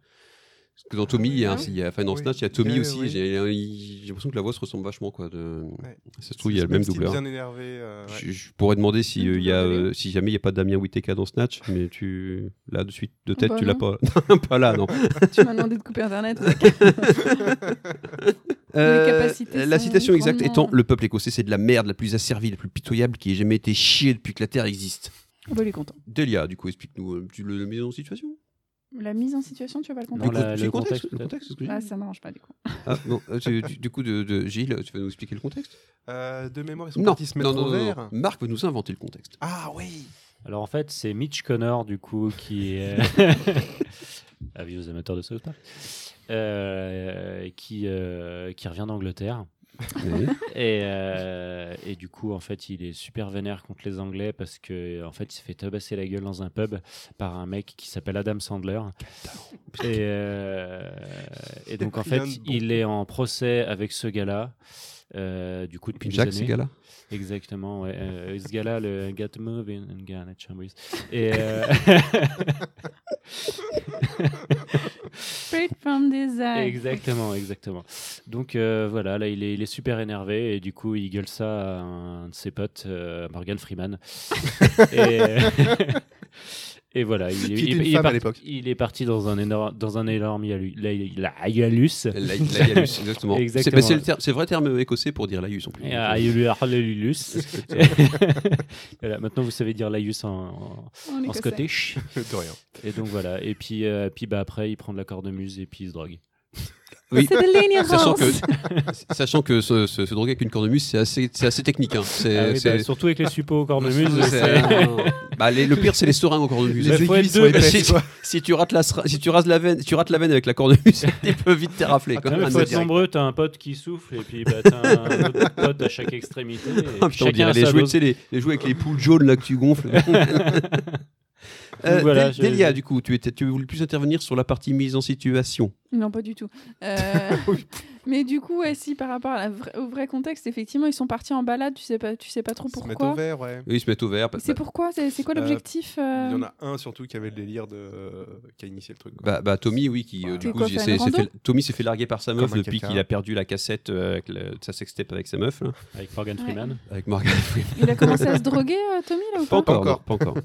Parce que dans Tommy, il y a, un-
Ah oui.
il y a- enfin, dans
Oui.
Snatch, il y a Tommy
Oui,
aussi.
oui.
J'ai il- j'ai l'impression que la voix se ressemble vachement. Quoi, de...
Ouais.
Ça se trouve, il y a le même
style
doubleur.
Bien énervé. euh, ouais.
Je, je pourrais demander si,
Même
euh, il y a,
doubleur
euh, si jamais il n'y a pas Damien Witeka dans Snatch, mais tu là de suite de tête,
Bah
tu l'as pas. pas là, non.
Tu m'as demandé de couper Internet. mec.
Bah,
capacités
Euh, la
sont
citation exacte
grandement-
étant le peuple écossais, c'est de la merde la plus asservie, la plus pitoyable qui ait jamais été chiée depuis que la Terre existe.
Ah bah, il est content.
Delia, du coup, explique-nous euh, tu le, le mets en situation.
La mise en situation, tu vas le
Non,
content
Du
la-
co-
le
du contexte,
contexte,
le
peut-être.
contexte, c'est ce que j'ai
Ah,
dit.
ça m'arrange pas du coup.
Ah, non, euh, tu- du, du coup, de, de- Gilles, tu vas nous expliquer le contexte
Euh, de mémoire, ils sont partis se mettre
non,
au
non, non,
vert.
non. Marc va nous inventer le contexte.
Ah oui
Alors en fait, c'est Mitch Connor, du coup, qui est. euh, Avis aux amateurs de South Park. Euh, qui, euh, qui revient d'Angleterre.
Ouais.
Et, euh, et du coup, en fait, il est super vénère contre les Anglais parce que, en fait, il s'est fait tabasser la gueule dans un pub par un mec qui s'appelle Adam Sandler. Et, euh, et donc, en
Rien
fait,
de bon.
il est en procès avec ce gars-là. euh, du coup, depuis des
Jacques,
années.
ces gars-là.
Exactement, ouais. Euh, ce gars-là, le Got to Move in, in Ghana, Chambuis. Et, euh,
Straight from desire.
exactement, exactement. Donc euh, voilà, là, il est, il est super énervé et du coup, il gueule ça à un de ses potes, euh, Morgan Freeman. et, et voilà, il,
Qui était une
est
femme à
parti,
l'époque.
il est parti dans un énorme, dans un énorme hialu- la- la- hialus.
La- la Ialus, exactement. C'est
Exactement.
bah, c'est le terme- c'est le vrai terme écossais pour dire laïus en plus.
Et euh, à Hialulus. Voilà, maintenant, vous savez dire laïus en,
En
en, en
Écossais.
scottish.
De rien.
Et donc voilà. Et puis, euh, puis bah, après, il prend de la cornemuse et puis il se drogue.
Oui.
C'est de l'ignorance.
Sachant que, sachant que se, se- se droguer avec une cornemuse, c'est assez, c'est assez technique. hein. C'est-
Ah oui,
c'est-
bah, surtout avec les suppos cornemuse.
c'est-
c'est-
Bah, les- le pire, c'est les seringues en cornemuse.
Les faut
aiguilles
être
sont
deux.
épaisses,
si,
quoi.
si tu rates la, sera- si tu rases la veine, tu rates la veine avec la cornemuse, tu peux vite te rafler.
Ah,
Comme
mais
un
faut être
direct.
nombreux, t'as un pote qui souffle et puis bah, t'as un autre pote à chaque extrémité. et
Ah,
puis
putain, on
chacun
dirait
a
les
sa
jouets, tu
dose.
sais, les, les jouets avec les poules jaunes là que tu gonfles. Euh,
voilà,
Del-
je-
Delia, du coup, tu, étais, tu voulais plus intervenir sur la partie mise en situation.
Non, pas du tout. Euh, mais du coup, ouais, si par rapport à la vra- au vrai contexte, effectivement, ils sont partis en balade. Tu sais pas, tu sais pas trop
Se mettre au
pourquoi. Euh.
vert, ouais.
Oui, ils se mettent au vert. pa-
C'est pourquoi C'est c'est quoi
Euh,
l'objectif
Il y
euh,
en a un surtout qui avait le délire de... euh, qui a initié le truc. quoi.
Bah, bah, Tommy, oui, qui euh,
Voilà.
du
C'est
coup,
quoi,
s'est-
faire
s'est
une
fait-
rando
Tommy s'est fait larguer par sa meuf
Comme un
depuis
caca.
qu'il a perdu la cassette euh, avec le- sa sextape avec sa meuf, là,
Avec Morgan
Ouais.
Freeman.
avec Margaret. Freeman.
Il a commencé à se droguer, euh, Tommy, là ou
Pas
pas,
encore,
encore.
non, pas encore.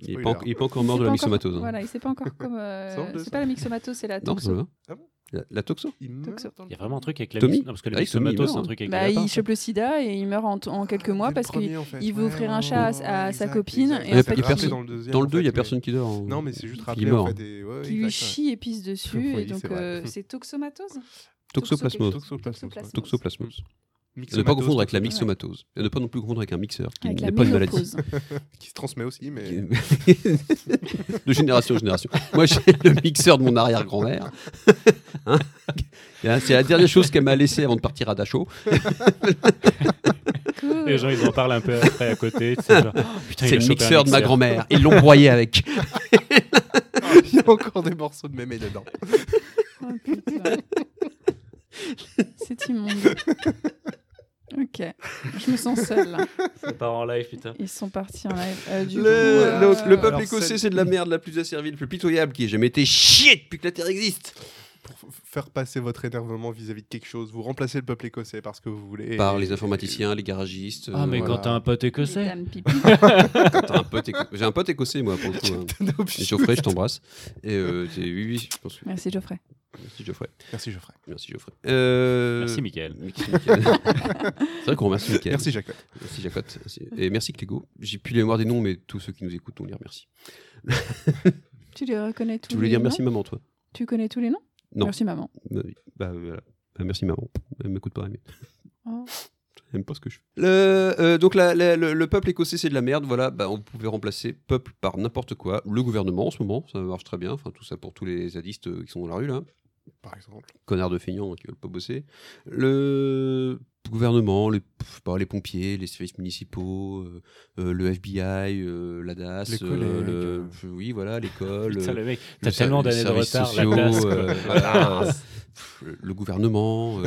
Il est pas,
Spoiler.
en- il est pas encore
Il
mort
sait
de la
pas encore-
myxomatose. hein.
Voilà, il sait pas encore comme. euh,
Ça ressemble,
c'est
ça.
pas la myxomatose, c'est la
Non, ça
toxo.
va.
Ah bon
la, la toxo
Il meurt
Toxo.
dans le
Il y a vraiment un truc avec la
Tommy
myx- Non, parce que la
Ah oui, Tommy, il
myxomatose, c'est
meurt,
un
hein.
truc avec
Bah,
les lapins,
il
ça.
chope le sida et il meurt en, en quelques mois
Dès le
parce qu'il
premier, en fait.
il veut
Ouais,
ouvrir un
ouais,
chat à-
ouais,
à sa
exact,
copine
exact.
et
en fait,
C'est
il-
gravé
il-
dans le deuxième.
Dans le
en
2, il
fait,
n'y a
mais-
personne qui dort. hein.
Non, mais c'est juste
Qui
rappelé en
meurt.
fait. Et... ouais,
qui lui
exact, ouais.
chie et pisse dessus.
Oui,
et donc
c'est vrai.
euh, c'est toxomatose
Toxoplasmose.
Toxoplasmose.
Toxoplasmose.
Toxoplasmose.
Myxomatose,
Ne pas confondre avec la
toxoplasmose,
myxomatose. Et ne pas non plus confondre avec un mixeur, qui
avec la
n'est pas une maladie.
ménopause.
Qui se transmet aussi, mais.
de génération en génération. Moi, j'ai le mixeur de mon arrière-grand-mère. Hein Hein, c'est la dernière chose qu'elle m'a laissée avant de partir à Dachau.
Cool.
Les gens, ils en parlent un peu après à côté. tu sais, genre, Oh, putain, il
C'est
a
le
chopé un
mixeur de ma grand-mère. Ils l'ont broyé avec.
Il y a encore des morceaux de mémé dedans.
Oh, putain. C'est immonde. Ok, je me sens seule là.
C'est pas en live, putain.
Ils sont partis en live. Euh, du
Le,
coup, euh,
donc, le peuple
Alors,
écossais,
celle-
c'est de la merde la plus asservie, la plus pitoyable qui ait jamais été chiée depuis que la Terre existe.
Pour f- faire passer votre énervement vis-à-vis de quelque chose, vous remplacez le peuple écossais parce que vous voulez.
Par les informaticiens, les garagistes.
Ah, mais
euh,
quand t'as un pote écossais.
Mesdames pipi.
quand t'as un pote éco- J'ai un pote écossais, moi, pour le coup. hein. Et Geoffrey, je t'embrasse. Et euh, c'est- oui, oui, je pense que.
Merci Geoffrey.
Merci, Geoffrey.
Merci Geoffrey.
Merci, Geoffrey. Euh,
Merci, Mickaël.
Mick- Mickaël. c'est vrai qu'on remercie Mickaël.
Merci Jacques.
Merci Jacotte. Merci- Et merci Clégo. J'ai plus les mémoires des noms, mais tous ceux qui nous écoutent, on les remercie.
Tu les reconnais tous
Tu voulais
les
dire
noms
merci maman, toi
Tu connais tous les noms
Non.
Merci maman.
Bah oui. Bah, euh, voilà. Bah, merci maman. Elle m'écoute pas, mais
Oh.
elle aime pas ce que je fais. Le- euh, donc la- la- le, le peuple écossais, c'est de la merde. Voilà, bah, on pouvait remplacer peuple par n'importe quoi. Le gouvernement en ce moment, ça marche très bien. Enfin, tout ça pour tous les zadistes euh, qui sont dans la rue, là.
Par exemple.
Connards de feignants qui veulent pas bosser. Le gouvernement, les, pff, bah, les pompiers, les services municipaux, euh, euh, le FBI, euh, la DAS,
Les
euh,
collègues,
le-
euh.
pff, oui, voilà, l'école,
Putain,
euh,
le mec,
le
t'as
ser-
tellement
les
d'années de
services
retard. la
sociaux,
classe, quoi. Ah,
euh, voilà, pff, le gouvernement. euh,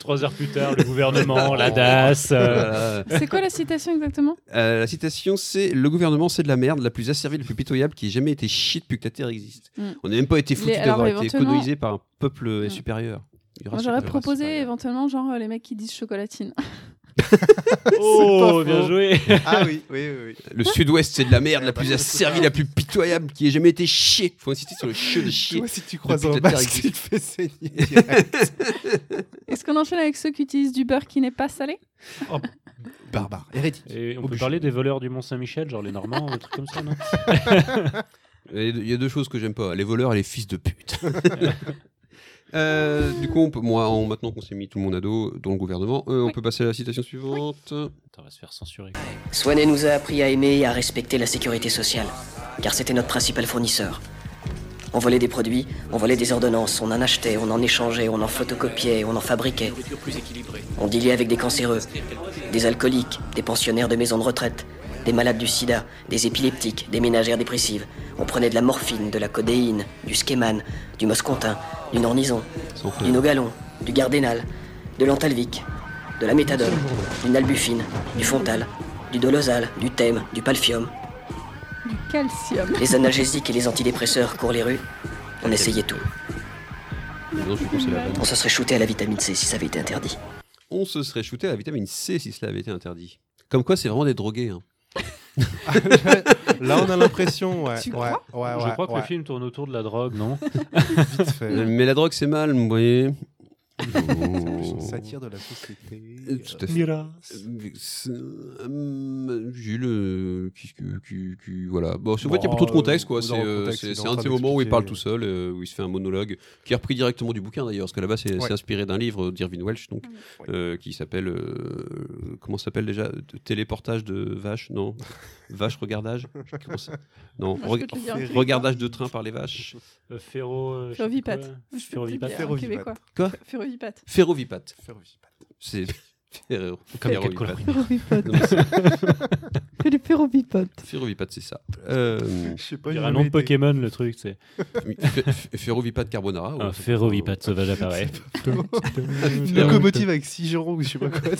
Trois heures plus tard, le gouvernement, la DAS. euh,
voilà.
C'est quoi la citation exactement
Euh, la citation, c'est Le gouvernement, c'est de la merde, la plus asservie, la plus pitoyable qui ait jamais été chiée depuis que la Terre existe.
Mm.
On n'a même pas été foutu
Les- alors,
d'avoir été
éventuellement-
colonisé par un peuple euh,
Mm.
supérieur. Une
Moi,
race
J'aurais
supérieure,
proposé
supérieure.
éventuellement genre euh, les mecs qui disent chocolatine.
C'est
Oh,
pas
bien
faux.
joué.
Ah oui, oui, oui. oui.
Le sud-ouest, c'est de la merde, la plus asservie, la plus pitoyable qui ait jamais été chiée. Faut insister sur le chier de chier.
Toi, si tu croises
Depuis
un
la Terre existe.
masque, il te fait saigner. direct.
Est-ce qu'on enchaîne avec ceux qui utilisent du beurre qui n'est pas salé
Barbare, hérétique.
Et on
Au
peut
bûcher.
parler des voleurs du Mont-Saint-Michel, genre les Normands, des trucs comme ça, non
Et Il y a deux choses que j'aime pas les voleurs et les fils de pute. Euh, du coup, on peut- moi, en- maintenant qu'on s'est mis tout le monde à dos, dont le gouvernement, euh, on
Oui.
peut passer à la citation suivante.
Attends, on va se faire censurer.
Swanet nous a appris à aimer et à respecter la sécurité sociale, car c'était notre principal fournisseur. On volait des produits, on volait des ordonnances, on en achetait, on en échangeait, on en photocopiait, on en fabriquait. On dealait avec des cancéreux, des alcooliques, des pensionnaires de maisons de retraite, des malades du sida, des épileptiques, des ménagères dépressives. On prenait de la morphine, de la codéine, du skémane, du moscontin, du nornison,
Sans feu.
du nogalon, du gardénal, de l'antalvic, de la méthadone, du nalbufine, du fontal, du dolosal, du thème, du palfium.
Du calcium.
Les analgésiques et les antidépresseurs courent les rues. On essayait tout.
Maintenant, je pense que c'est la vanne.
On se serait shooté à la vitamine C si ça avait été interdit.
on se serait shooté à la vitamine C si cela avait été interdit. Comme quoi, c'est vraiment des drogués. hein.
Là, on a l'impression, ouais.
Tu
ouais, ouais,
Je
ouais,
crois que
ouais.
le film tourne autour de la drogue, non
Vite fait.
Mais la drogue, c'est mal, vous voyez.
On
Oh.
s'attire de la société.
Euh, Tout à fait. Euh, c'est- hum, Gilles, euh, qui, qui- qui- qui- voilà. Bon, c'est- en fait, il n'y a
Bon,
pas trop de
euh,
contexte, quoi.
dans
C'est
le
euh,
contexte, il
c'est-
est
c'est
en
un de
train
ces moments où il parle
d'expliquer.
tout seul, euh, où il se fait un monologue, qui est repris directement du bouquin d'ailleurs, parce que là-bas, c'est
Ouais.
c'est inspiré d'un livre d'Irvin Welsh, donc, euh, qui s'appelle. euh, comment ça s'appelle déjà De- Téléportage de vache Non. Vache regardage Je sais pas comment ça- Non.
Moi, je peux
reg-
te le dire en québécois.
Regardage de train par les vaches.
Euh, Ferro. euh, je sais plus
Ferrovipat.
quoi.
Je peux te le
Ferrovipat.
dire en
Ferrovipat.
québécois.
Quoi
Ferrovipat.
Ferrovipat.
Ferrovipat.
C'est Ferro-
Comme les
Ferrovipat.
quatre
Ferrovipat.
Non, mais c'est-
Fais du ferrovipat.
Ferrovipat, c'est ça. Euh,
Je sais pas,
On
j'ai
dirait un
jamais
nom de
été-
Pokémon, le truc, c'est.
oui, Fe- Fe- Ferrovipat Carbonara.
Un
ouais.
ferrovipat sauvage apparaît.
Une locomotive avec 6 girons ou je sais pas quoi.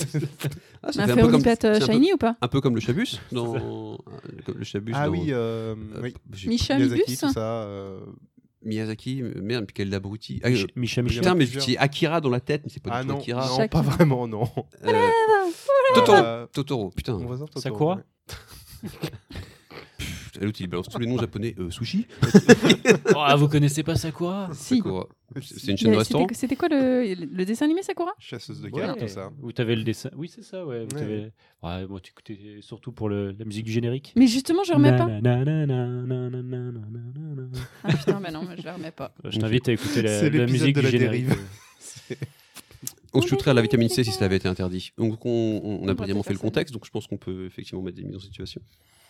Ah, ça
Un
fait un peu comme-
ferrovipat euh,
c'est un peu-
shiny ou pas
Un peu comme le Chabus. Dans... euh, comme le Chabus.
ah
dans,
oui, euh,
euh,
oui.
j'ai-
Micha
Miyazaki,
Mibus
tout ça. euh,
Miyazaki, euh, merde, puis quel abruti. Ah, euh,
Micha Micha.
Putain, mais
plusieurs.
c'est Akira dans la tête, mais c'est pas
Ah
du tout
non,
Akira.
non
Chaque-
pas vraiment, non.
Euh, Totoro.
Euh,
Totoro, putain.
mon voisin Totoro,
Sakura
ouais.
Putain, L'autre, il balance tous les noms japonais. Euh, sushi
Ah, vous connaissez pas Sakura
Si.
Sakura. C'est c'est une chaîne de
Mais
restaurant
C'était c'était quoi le, le dessin animé Sakura
Chasseuse de
Ouais.
cartes, tout ça.
Où t'avais le dessin. Oui, c'est ça, ouais. où
Ouais.
t'avais- Ouais, moi, t'écoutais surtout pour le- la musique du générique.
Mais justement, je remets pas.
Nanananananananananana.
Ah putain, bah non, mais je la remets pas.
Je t'invite à écouter la,
C'est
la
l'épisode
musique
de
du
la
générique.
dérive.
On se shooterait à la vitamine C si cela avait été interdit. Donc on, on- on a
On
brillamment
peut
fait le
faire ça.
contexte, donc je pense qu'on peut effectivement mettre des mises en situation.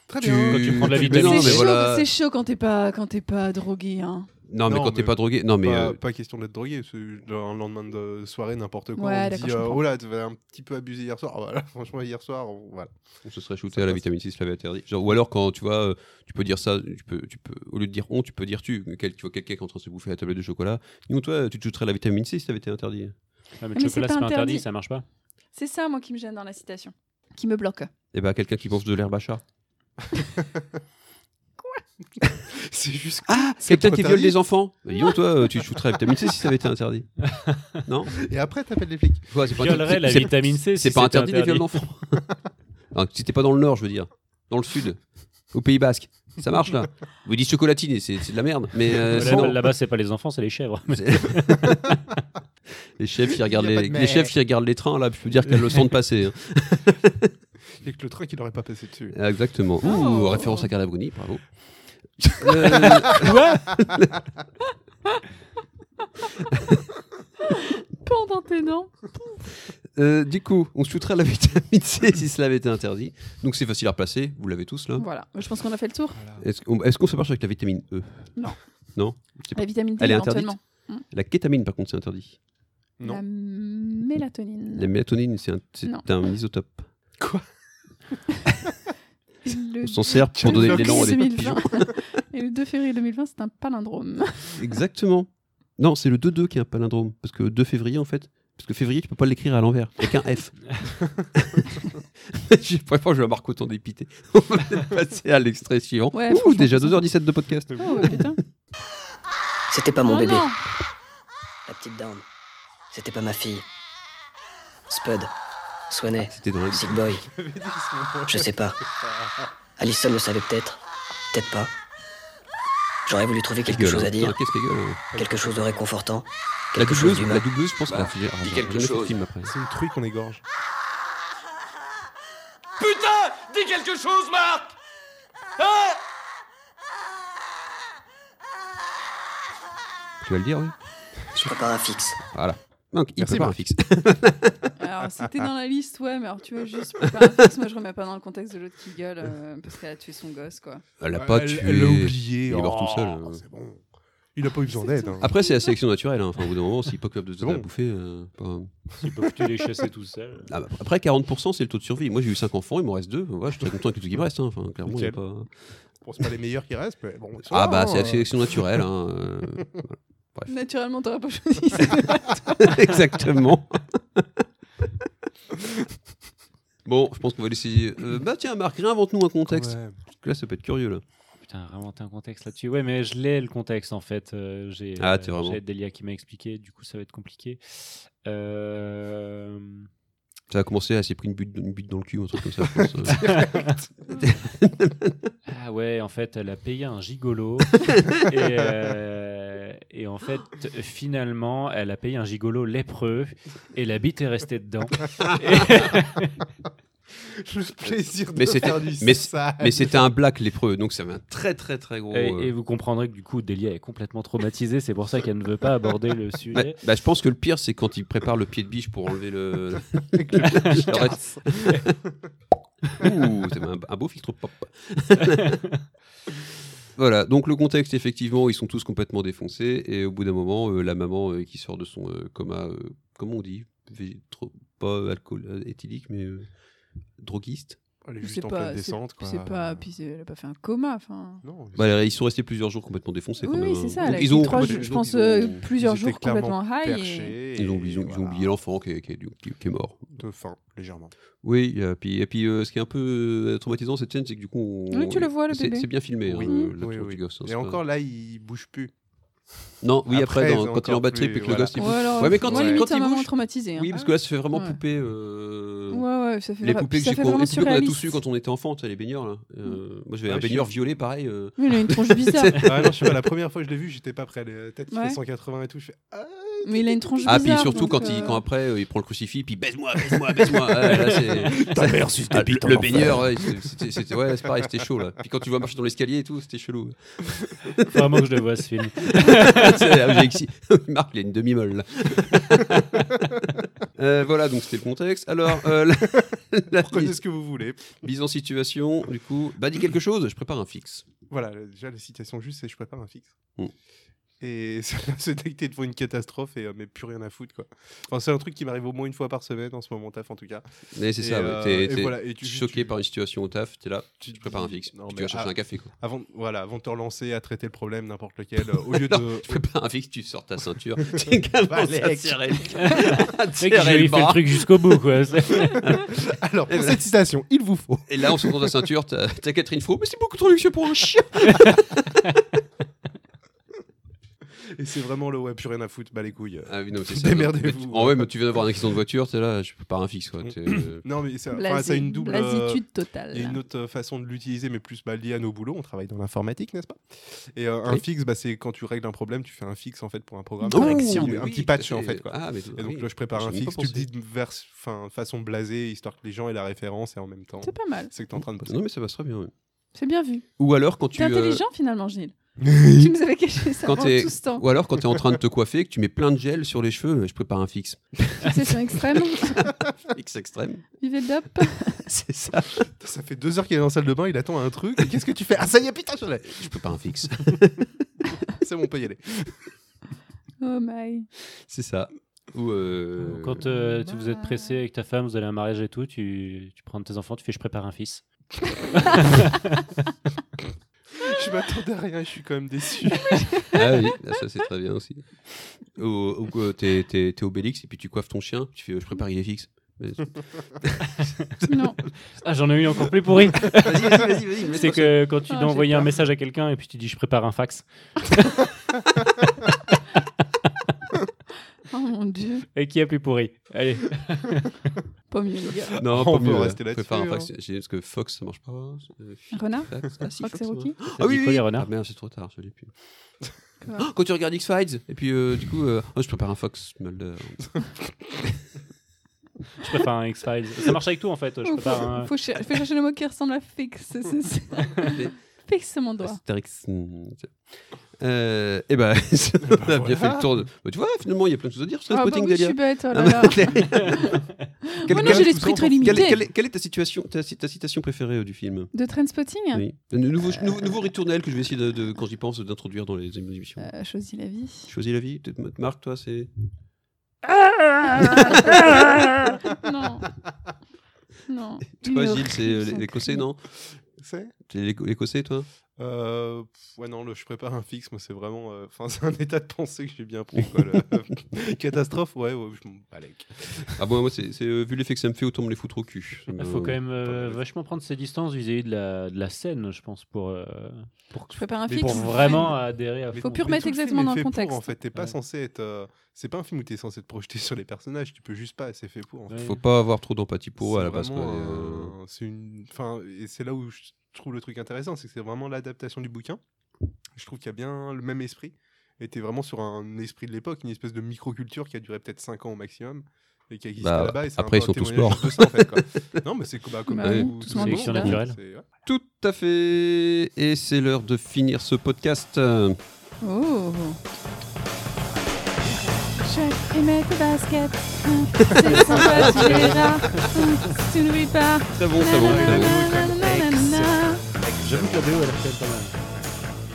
Très
Tu-
bien.
Quand tu prends de la
Mais
vitamine
non,
C'est
mais
C.
chaud,
voilà.
c'est chaud quand t'es pas, quand t'es pas drogué. Hein.
Non, mais
Non,
quand t'es
mais-
pas drogué, non mais
pas,
euh,
pas question d'être drogué, c'est un lendemain de soirée, n'importe quoi.
Ouais,
on
d'accord,
dit,
je
euh,
comprends.
oh là, tu vas un petit peu abusé hier soir. Ah, voilà, franchement, hier soir, on- voilà.
on se serait shooté
Ça
à la
passe.
vitamine C si cela avait été interdit. Genre, ou alors quand tu vois, euh, tu peux dire ça, tu peux, tu peux, au lieu de dire on, tu peux dire tu. Quel- tu vois quelqu'un qui est en train de se bouffer la tablette de chocolat. Dis-nous toi, tu te shooterais à la vitamine C si ça avait été interdit.
Ah, mais
mais
le
c'est
chocolat,
pas
c'est pas interdit,
interdit.
ça marche pas.
C'est ça, moi, qui me gêne dans la citation. Qui me bloque.
Et bah quelqu'un qui pense de l'herbe à chat.
C'est juste
Ah, quelqu'un qui viole
interdit.
des enfants. Bah, Dis-nous toi, euh, tu te shooterais à la vitamine C si ça avait été interdit. non
Et après, t'appelles les flics.
Quoi, c'est pas interdit-
Violerait la
c'est-
vitamine C.
C'est
si
pas
c'était
interdit les viols d'enfants. Enfin, si t'es pas dans le nord, je veux dire. Dans le sud, au Pays Basque. Ça marche là. Vous dites chocolatine et c'est c'est de la merde. Mais euh,
Là-
c'est non.
Là-bas, c'est pas les enfants, c'est les chèvres.
C'est- les, chefs qui regardent
Il y
les,
a pas de
les
mer.
chefs qui regardent les trains là, je peux dire qu'elles le sont de passer. hein.
Et que le truc, il aurait pas passé dessus.
Exactement. Ouh,
Oh.
référence à Calabruni, bravo. Euh,
Pendant tes dents.
Euh, du coup, on se shooterait à la vitamine C si cela avait été interdit. Donc c'est facile à replacer, vous l'avez tous là.
Voilà, je pense qu'on a fait le tour.
Est-ce qu'on est-ce qu'on se marche avec la vitamine E
Non.
Non
La vitamine D,
Elle est interdite
éventuellement.
La kétamine par contre c'est interdit.
Non.
La mélatonine.
La mélatonine, c'est un, c'est
Non. Euh,
un isotope.
Le
On s'en sert pour
deux
donner de
février
l'élan à des
2020.
pigeons.
Et le 2 février 2020, c'est un palindrome.
Exactement. Non, c'est le 2-2 qui est un palindrome. Parce que 2 février, en fait. Parce que février, tu peux pas l'écrire à l'envers. Avec qu'un F. je sais pas pourquoi je la marque autant dépité. On va peut-être passer à l'extrait suivant.
Ouais,
Ouh,
franchement,
déjà
c'est
2h17 de podcast.
Oh, putain.
C'était pas mon
Oh,
bébé,
non.
la petite dame. C'était pas ma fille. Spud, Swanet,
Eh, C'était dans la...
Sick Boy. Je sais pas. Alison le savait peut-être, peut-être pas. J'aurais voulu trouver quelque
gueule,
chose
hein.
à dire,
Putain, Qu'est-ce que les gueules, hein.
quelque chose de réconfortant,
La
quelque chose
doubleuse,
d'humain.
la doubleuse, je pense qu'on
Bah,
a fait ah,
dis
j'ai
quelque
jamais fait de
chose.
film après.
C'est une truie qu'on égorge.
Putain Dis quelque chose, Marc Hein
Tu vas le dire, oui.
Je prépare un fixe.
Voilà. Donc, il
Merci,
prépare un
Marc.
fixe.
Alors, c'était dans la liste, ouais, mais alors tu vois, juste pour faire un fixe, moi je remets pas dans le contexte de l'autre qui gueule euh, parce qu'elle a tué son gosse, quoi.
Elle a
Ouais,
pas
elle-
tué.
Elle l'a oublié.
Il est mort tout seul,
Oh,
hein.
c'est bon. Il a pas eu besoin d'aide. hein.
Après, c'est la sélection naturelle. hein. Enfin, au bout d'un moment, s'il n'est pas capable de se
C'est
donner à
bon.
bouffer. euh, pas-
Ils peuvent tu les chasser tout seul.
Ah bah, après, 40%, c'est le taux de survie. Moi, j'ai eu 5 enfants, il m'en reste 2. je suis très content avec tout ce qui me reste. hein. Enfin, clairement, il y a
Nickel.
pas...
Bon, c'est pas les meilleurs qui restent, mais bon. ils sont
Ah,
là,
bah,
hein.
c'est la sélection naturelle. hein. Euh,
Naturellement, t'aurais pas choisi ça.
Exactement. bon, je pense qu'on va laisser. euh, bah, tiens, Marc, réinvente-nous un contexte.
Ouais.
Parce que là, ça peut être curieux. Là.
Ah, Putain, réinventer un contexte là-dessus. Ouais, mais je l'ai le contexte en fait. Euh, J'ai
Ah, t'es vraiment-
j'ai Delia qui m'a expliqué, du coup ça va être compliqué. Euh...
Ça a commencé à s'est pris une butte, une butte dans le cul, un truc comme ça. je pense, euh.
Ah ouais, en fait, elle a payé un gigolo. et, euh, et en fait, finalement, elle a payé un gigolo lépreux et la bite est restée dedans.
Le plaisir de
Euh, Mais c'était-
faire du
mais-
sale.
Mais c'était un black lépreux, donc ça avait un très très très gros.
Et,
euh,
et vous comprendrez que du coup, Delia est complètement traumatisée. C'est pour ça qu'elle ne veut pas aborder le
Bah,
sujet.
bah, je pense que le pire, c'est quand il prépare le pied de biche pour enlever le.
Avec le
le reste. Ouh, c'est un, un beau filtre pop. voilà, donc le contexte, effectivement, ils sont tous complètement défoncés. Et au bout d'un moment, euh, la maman euh, qui sort de son euh, coma, euh, comment on dit Vég- tro- Pas euh, alcool euh, éthylique, mais euh, droguiste.
Elle est
C'est
juste en
pas-
pleine descente, quoi.
C'est pas. Puis c'est- elle a pas fait un coma, enfin.
Non,
Bah, alors, ils sont restés plusieurs jours complètement défoncés. quand
Oui,
même,
oui,
hein.
c'est ça.
Donc,
elle a
ils
été
ont,
trois
ils
jours-
ont-
je pense
ils ont-
euh,
ils
plusieurs
Ils étaient
jours complètement high. et-
perchés
ont- ils ont-
et
ils ont oublié
voilà.
l'enfant qui, est- qui est- qui est mort.
De faim, légèrement.
Oui, et puis, et puis euh, ce qui est un peu euh, traumatisant dans cette scène, c'est que du coup. on-
Oui, tu le vois, le
c'est-
bébé.
C'est bien filmé, hein,
Oui,
le- le
oui,
tour
oui.
du gosse. hein,
Et
c'est pas-
encore là, il bouge plus.
Non, oui,
Après,
après, dans-
ils
quand il
ont
est en
encore
batterie,
plus-
puis que
voilà.
le gosse. il
Ouais,
bouge-
alors,
Ouais, mais quand
moi,
il-
limite,
quand
un
il
moment
bouge-
traumatisé. hein.
Oui, parce que là, ça fait vraiment
Ouais.
poupée. euh,
Ouais, ouais, ça fait
Les
vra-
poupées que
ça
j'ai
fait
qu'on- les poupées qu'on a
vraiment
tous
surréaliste.
eues quand on était enfant, tu sais, les baigneurs là. Euh, Moi j'avais un
Ouais, je suis-
baigneur violet pareil. euh,
Oui, il a une tronche bizarre.
Ah non, je sais pas, la première fois que je l'ai vu, j'étais pas prêt. La tête qui
Ouais.
fait 180 et tout, je fais Ah
mais il a une tronche bizarre.
Ah, puis surtout
donc,
quand, il,
euh,
quand après euh, il prend le crucifix, puis baise-moi, baise-moi, baise-moi. Ah, là, c'est-
Ta mère suce
Ah,
tes
le,
bites en
le
enfer.
baigneur, ouais, c'est- c'était- c'était- ouais, c'est pareil, c'était chaud là. Puis quand tu le vois marcher dans l'escalier et tout, c'était chelou.
Faut vraiment que je le vois ce film.
C'est- ah, j'ai exi- Marc, il a une demi-molle. là. Euh, voilà, donc c'était le contexte. Alors, euh, la, la
Prenez
mise-
ce que vous voulez.
mise en situation, du coup, bah dis quelque chose, je prépare un fixe.
Voilà, le- déjà, la citation juste, c'est Je prépare un fixe.
Mm.
Et celle-là, c'est dès que t'es devant une catastrophe et euh, mais plus rien à foutre quoi. Enfin, c'est un truc qui m'arrive au moins une fois par semaine en ce moment taf en tout cas.
Mais c'est
Et,
ça, ouais,
euh,
t'es,
et
t'es
voilà, et tu-
choqué
tu-
par une situation au taf, t'es là,
tu
tu,
te
prépares un
dis,
fixe.
non,
puis tu
mais
vas chercher
ah-
un café, quoi.
Avant, voilà, avant de te relancer à traiter le problème n'importe lequel, euh, au lieu
Non,
de
Tu prépares un fixe, tu sors ta ceinture, tu commences à
Alex.
serrer le, à
Mec,
serrer
j'ai
le
fait le
bras.
truc jusqu'au bout, quoi. C'est-
Alors,
Et
pour
voilà.
cette citation, il vous faut.
Et là, en sortant ta ceinture, t'as, t'as Catherine Fro, mais c'est beaucoup trop luxueux pour un chien.
Et c'est vraiment le ouais, plus rien à foutre, bah les couilles.
Ah oui, non, c'est ça.
Démerdez-vous.
En ouais, mais tu viens d'avoir un accident de voiture, t'es là, je prépare un fixe, quoi. T'es, euh,
Non, mais c'est enfin,
blasé-
c'est une double. euh,
Blasitude
Il y a une
totale.
autre euh, façon de l'utiliser, mais plus bah, liée à nos boulots. On travaille dans l'informatique, n'est-ce pas Et euh, un
Oui.
fixe, bah, c'est quand tu règles un problème, tu fais un fixe en fait pour un programme.
Une correction.
Un
mais
petit- un
oui,
petit
tout à
patch en fait. quoi.
Ah, mais
Et donc
oui.
là, je prépare
J'y
un
ai pas
fixe, tu le
pensé.
dis de vers- enfin, façon blasée, histoire que les gens aient la référence et en même temps,
C'est pas mal.
c'est que t'es en train de bosser.
Non, mais ça passe très bien. ouais.
C'est bien vu.
Ou alors quand tu.
T'es
euh,
intelligent finalement, Gilles.
Oh.
tu nous avais caché ça
Quand
pendant
t'es-
tout ce temps.
Ou alors quand t'es en train de te coiffer et que tu mets plein de gel sur les cheveux, je prépare un fixe.
C'est son extrême.
Fixe extrême.
Vivez le dop.
C'est ça.
Ça fait deux heures qu'il est dans la salle de bain, il attend un truc. et Qu'est-ce que tu fais Ah, ça y est, putain, je l'ai
Je prépare un fixe.
C'est bon, on peut y aller.
Oh my.
C'est ça. Ou euh,
Quand euh, tu vous êtes pressé avec ta femme, vous allez à un mariage et tout, tu, tu prends tes enfants, tu fais je prépare un fils.
Je m'attendais à rien, je suis quand même déçu.
Ah oui, ah, ça c'est très bien aussi. Ou, ou que t'es, t'es- t'es Obélix et puis tu coiffes ton chien, tu fais je prépare il est fixe. Mais-
Non.
Ah, j'en ai eu encore plus pourri.
Vas-y, vas-y, vas-y, vas-y, mets-toi
C'est que quand tu
Ah,
dois
j'ai
envoyer un
peur.
message à quelqu'un et puis tu dis je prépare un fax
Oh mon dieu.
et qui a plus pourri. Allez.
Pas mieux, les gars.
ça. Non, pas
On peut
mieux,
rester
là.
là-dessus,
Prépare un fax.
hein.
J'ai- Parce que Fox ça marche pas. euh, fi-
Renard
fax. Ah, si,
Je crois que
Fox,
c'est
ça
Rocky.
marche.
Ça
Ah oui,
dit
oui,
quoi, les
oui.
renards
Ah merde, c'est trop tard, je l'ai plus.
Quoi
Ah, Quand tu regardes X-Files, et puis euh, du coup, euh, Ah, je prépare un Fox Mulder.
Je prépare un X-Files. Ça marche avec tout en fait. Je
Faut,
prépare un.
faut cher- faut chercher le mot qui ressemble à fixe. c'est- c'est- Fixe mon
Bah,
doigt. Ah,
Astérix. mm, tiens. Euh, et ben,
Eh
on a bien
voilà.
fait le tour de. Bah, tu vois, finalement, il y a plein de choses à dire sur
Ah bah
Spotting
oui, je
Delia.
suis bête. Oh
Ah,
là là.
mais- Quel-
Moi, non,
quel-
j'ai l'esprit très limité.
quelle, quelle est- quelle est ta, situation, ta, ci- ta citation préférée euh, du film
De Trainspotting
oui. Un nouveau,
Euh,
nouveau, nouveau ritournel que je vais essayer, de, de- quand j'y pense, d'introduire dans les émissions.
euh, Choisis la vie.
Choisis la vie, peut-être, Marc, toi, c'est.
non. Non.
Toi,
Une
Gilles, c'est euh,
horrible
l'écossais,
sentiment.
non
C'est
T'es l'éco- l'écossais, toi
Euh, pff, ouais, non, le, je prépare un fixe, moi, c'est vraiment. euh, Enfin, c'est un état de pensée que j'ai bien pris, quoi. le- Catastrophe, ouais, ouais, je m'en balèque.
Ah bon, moi, c'est c'est, euh, vu l'effet que ça me fait, autant me les foutre au cul. Ça me-
Il faut quand même euh,
Attends, mais-
vachement prendre ses distances vis-à-vis de la, de la scène, je pense, pour, euh, pour,
Je prépare un
Mais
fixe.
pour vraiment adhérer à
Mais-
Faut plus
mais
remettre
tout le film
exactement
est
dans le
fait pour,
contexte.
en fait, t'es pas
Ouais.
censé être. euh, C'est pas un film où t'es censé te projeter sur les personnages, tu peux juste pas, c'est fait pour. en fait.
Ouais.
Faut pas avoir trop d'empathie pour eux à
C'est
la base.
vraiment
quoi, et, euh,
un- C'est une. Enfin, et c'est là où je trouve le truc intéressant, c'est que c'est vraiment l'adaptation du bouquin. Je trouve qu'il y a bien le même esprit. Et t'es vraiment sur un esprit de l'époque, une espèce de microculture qui a duré peut-être 5 ans au maximum. Et qui existe
Bah,
là-bas. et c'est un
après,
peu
ils sont
un
tous
témoignage
morts.
de ça, en fait, quoi. non, mais c'est co- bah, comme
Bah
tout-
oui,
tout
tous
le monde,
morts.
quoi.
Naturelle.
C'est- ouais.
Tout à fait. Et c'est l'heure de finir ce podcast. Euh,
Oh. Je aimais tes baskets. Hum, C'est sympa, tu les verras. Hum, si Tu n'oublies pas.
Très bon, très bon. très bon.
Nanananananana.
J'avoue que la BO elle a fait pas mal.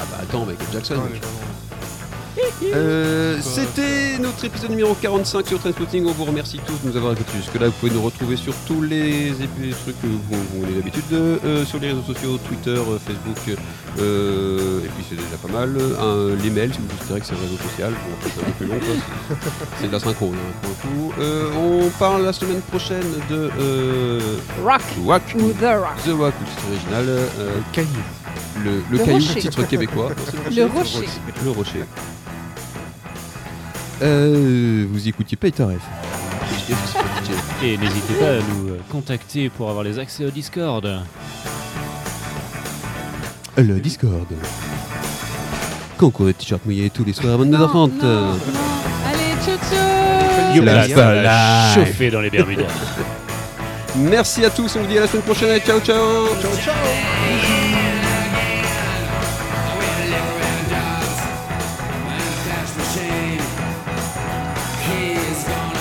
Ah bah attends, Michael Jackson.
Non, mais vraiment,
Euh, C'était notre épisode numéro 45 sur Trainspotting. On vous remercie tous de nous avoir écoutés jusque-là. Vous pouvez nous retrouver sur tous les ép- trucs que vous, vous avez l'habitude de, euh, sur les réseaux sociaux, Twitter, euh, Facebook, euh, et puis c'est déjà pas mal. Euh, les mails, si vous considérez que c'est un réseau social, bon, après, c'est un peu plus long, quoi. C'est- c'est de la synchro, hein, pour le coup. Euh, on parle la semaine prochaine de euh,
Rock
Wack.
ou The Rock.
The Wack, le titre original. euh,
Caillou.
le le
Le
caillou,
rocher.
titre québécois.
Le rocher.
Le rocher. Euh, vous écoutiez Paye ta ref.
Et n'hésitez pas à nous euh, contacter pour avoir les accès au Discord.
Le Discord. Concours de t-shirt mouillé tous les soirs à 22h30.
Non, non, non. Allez, ciao ciao
C'est la
Voilà,
Voilà.
Chauffé dans les Bermudas.
Merci à tous, on vous dit à la semaine prochaine et ciao ciao
He's gonna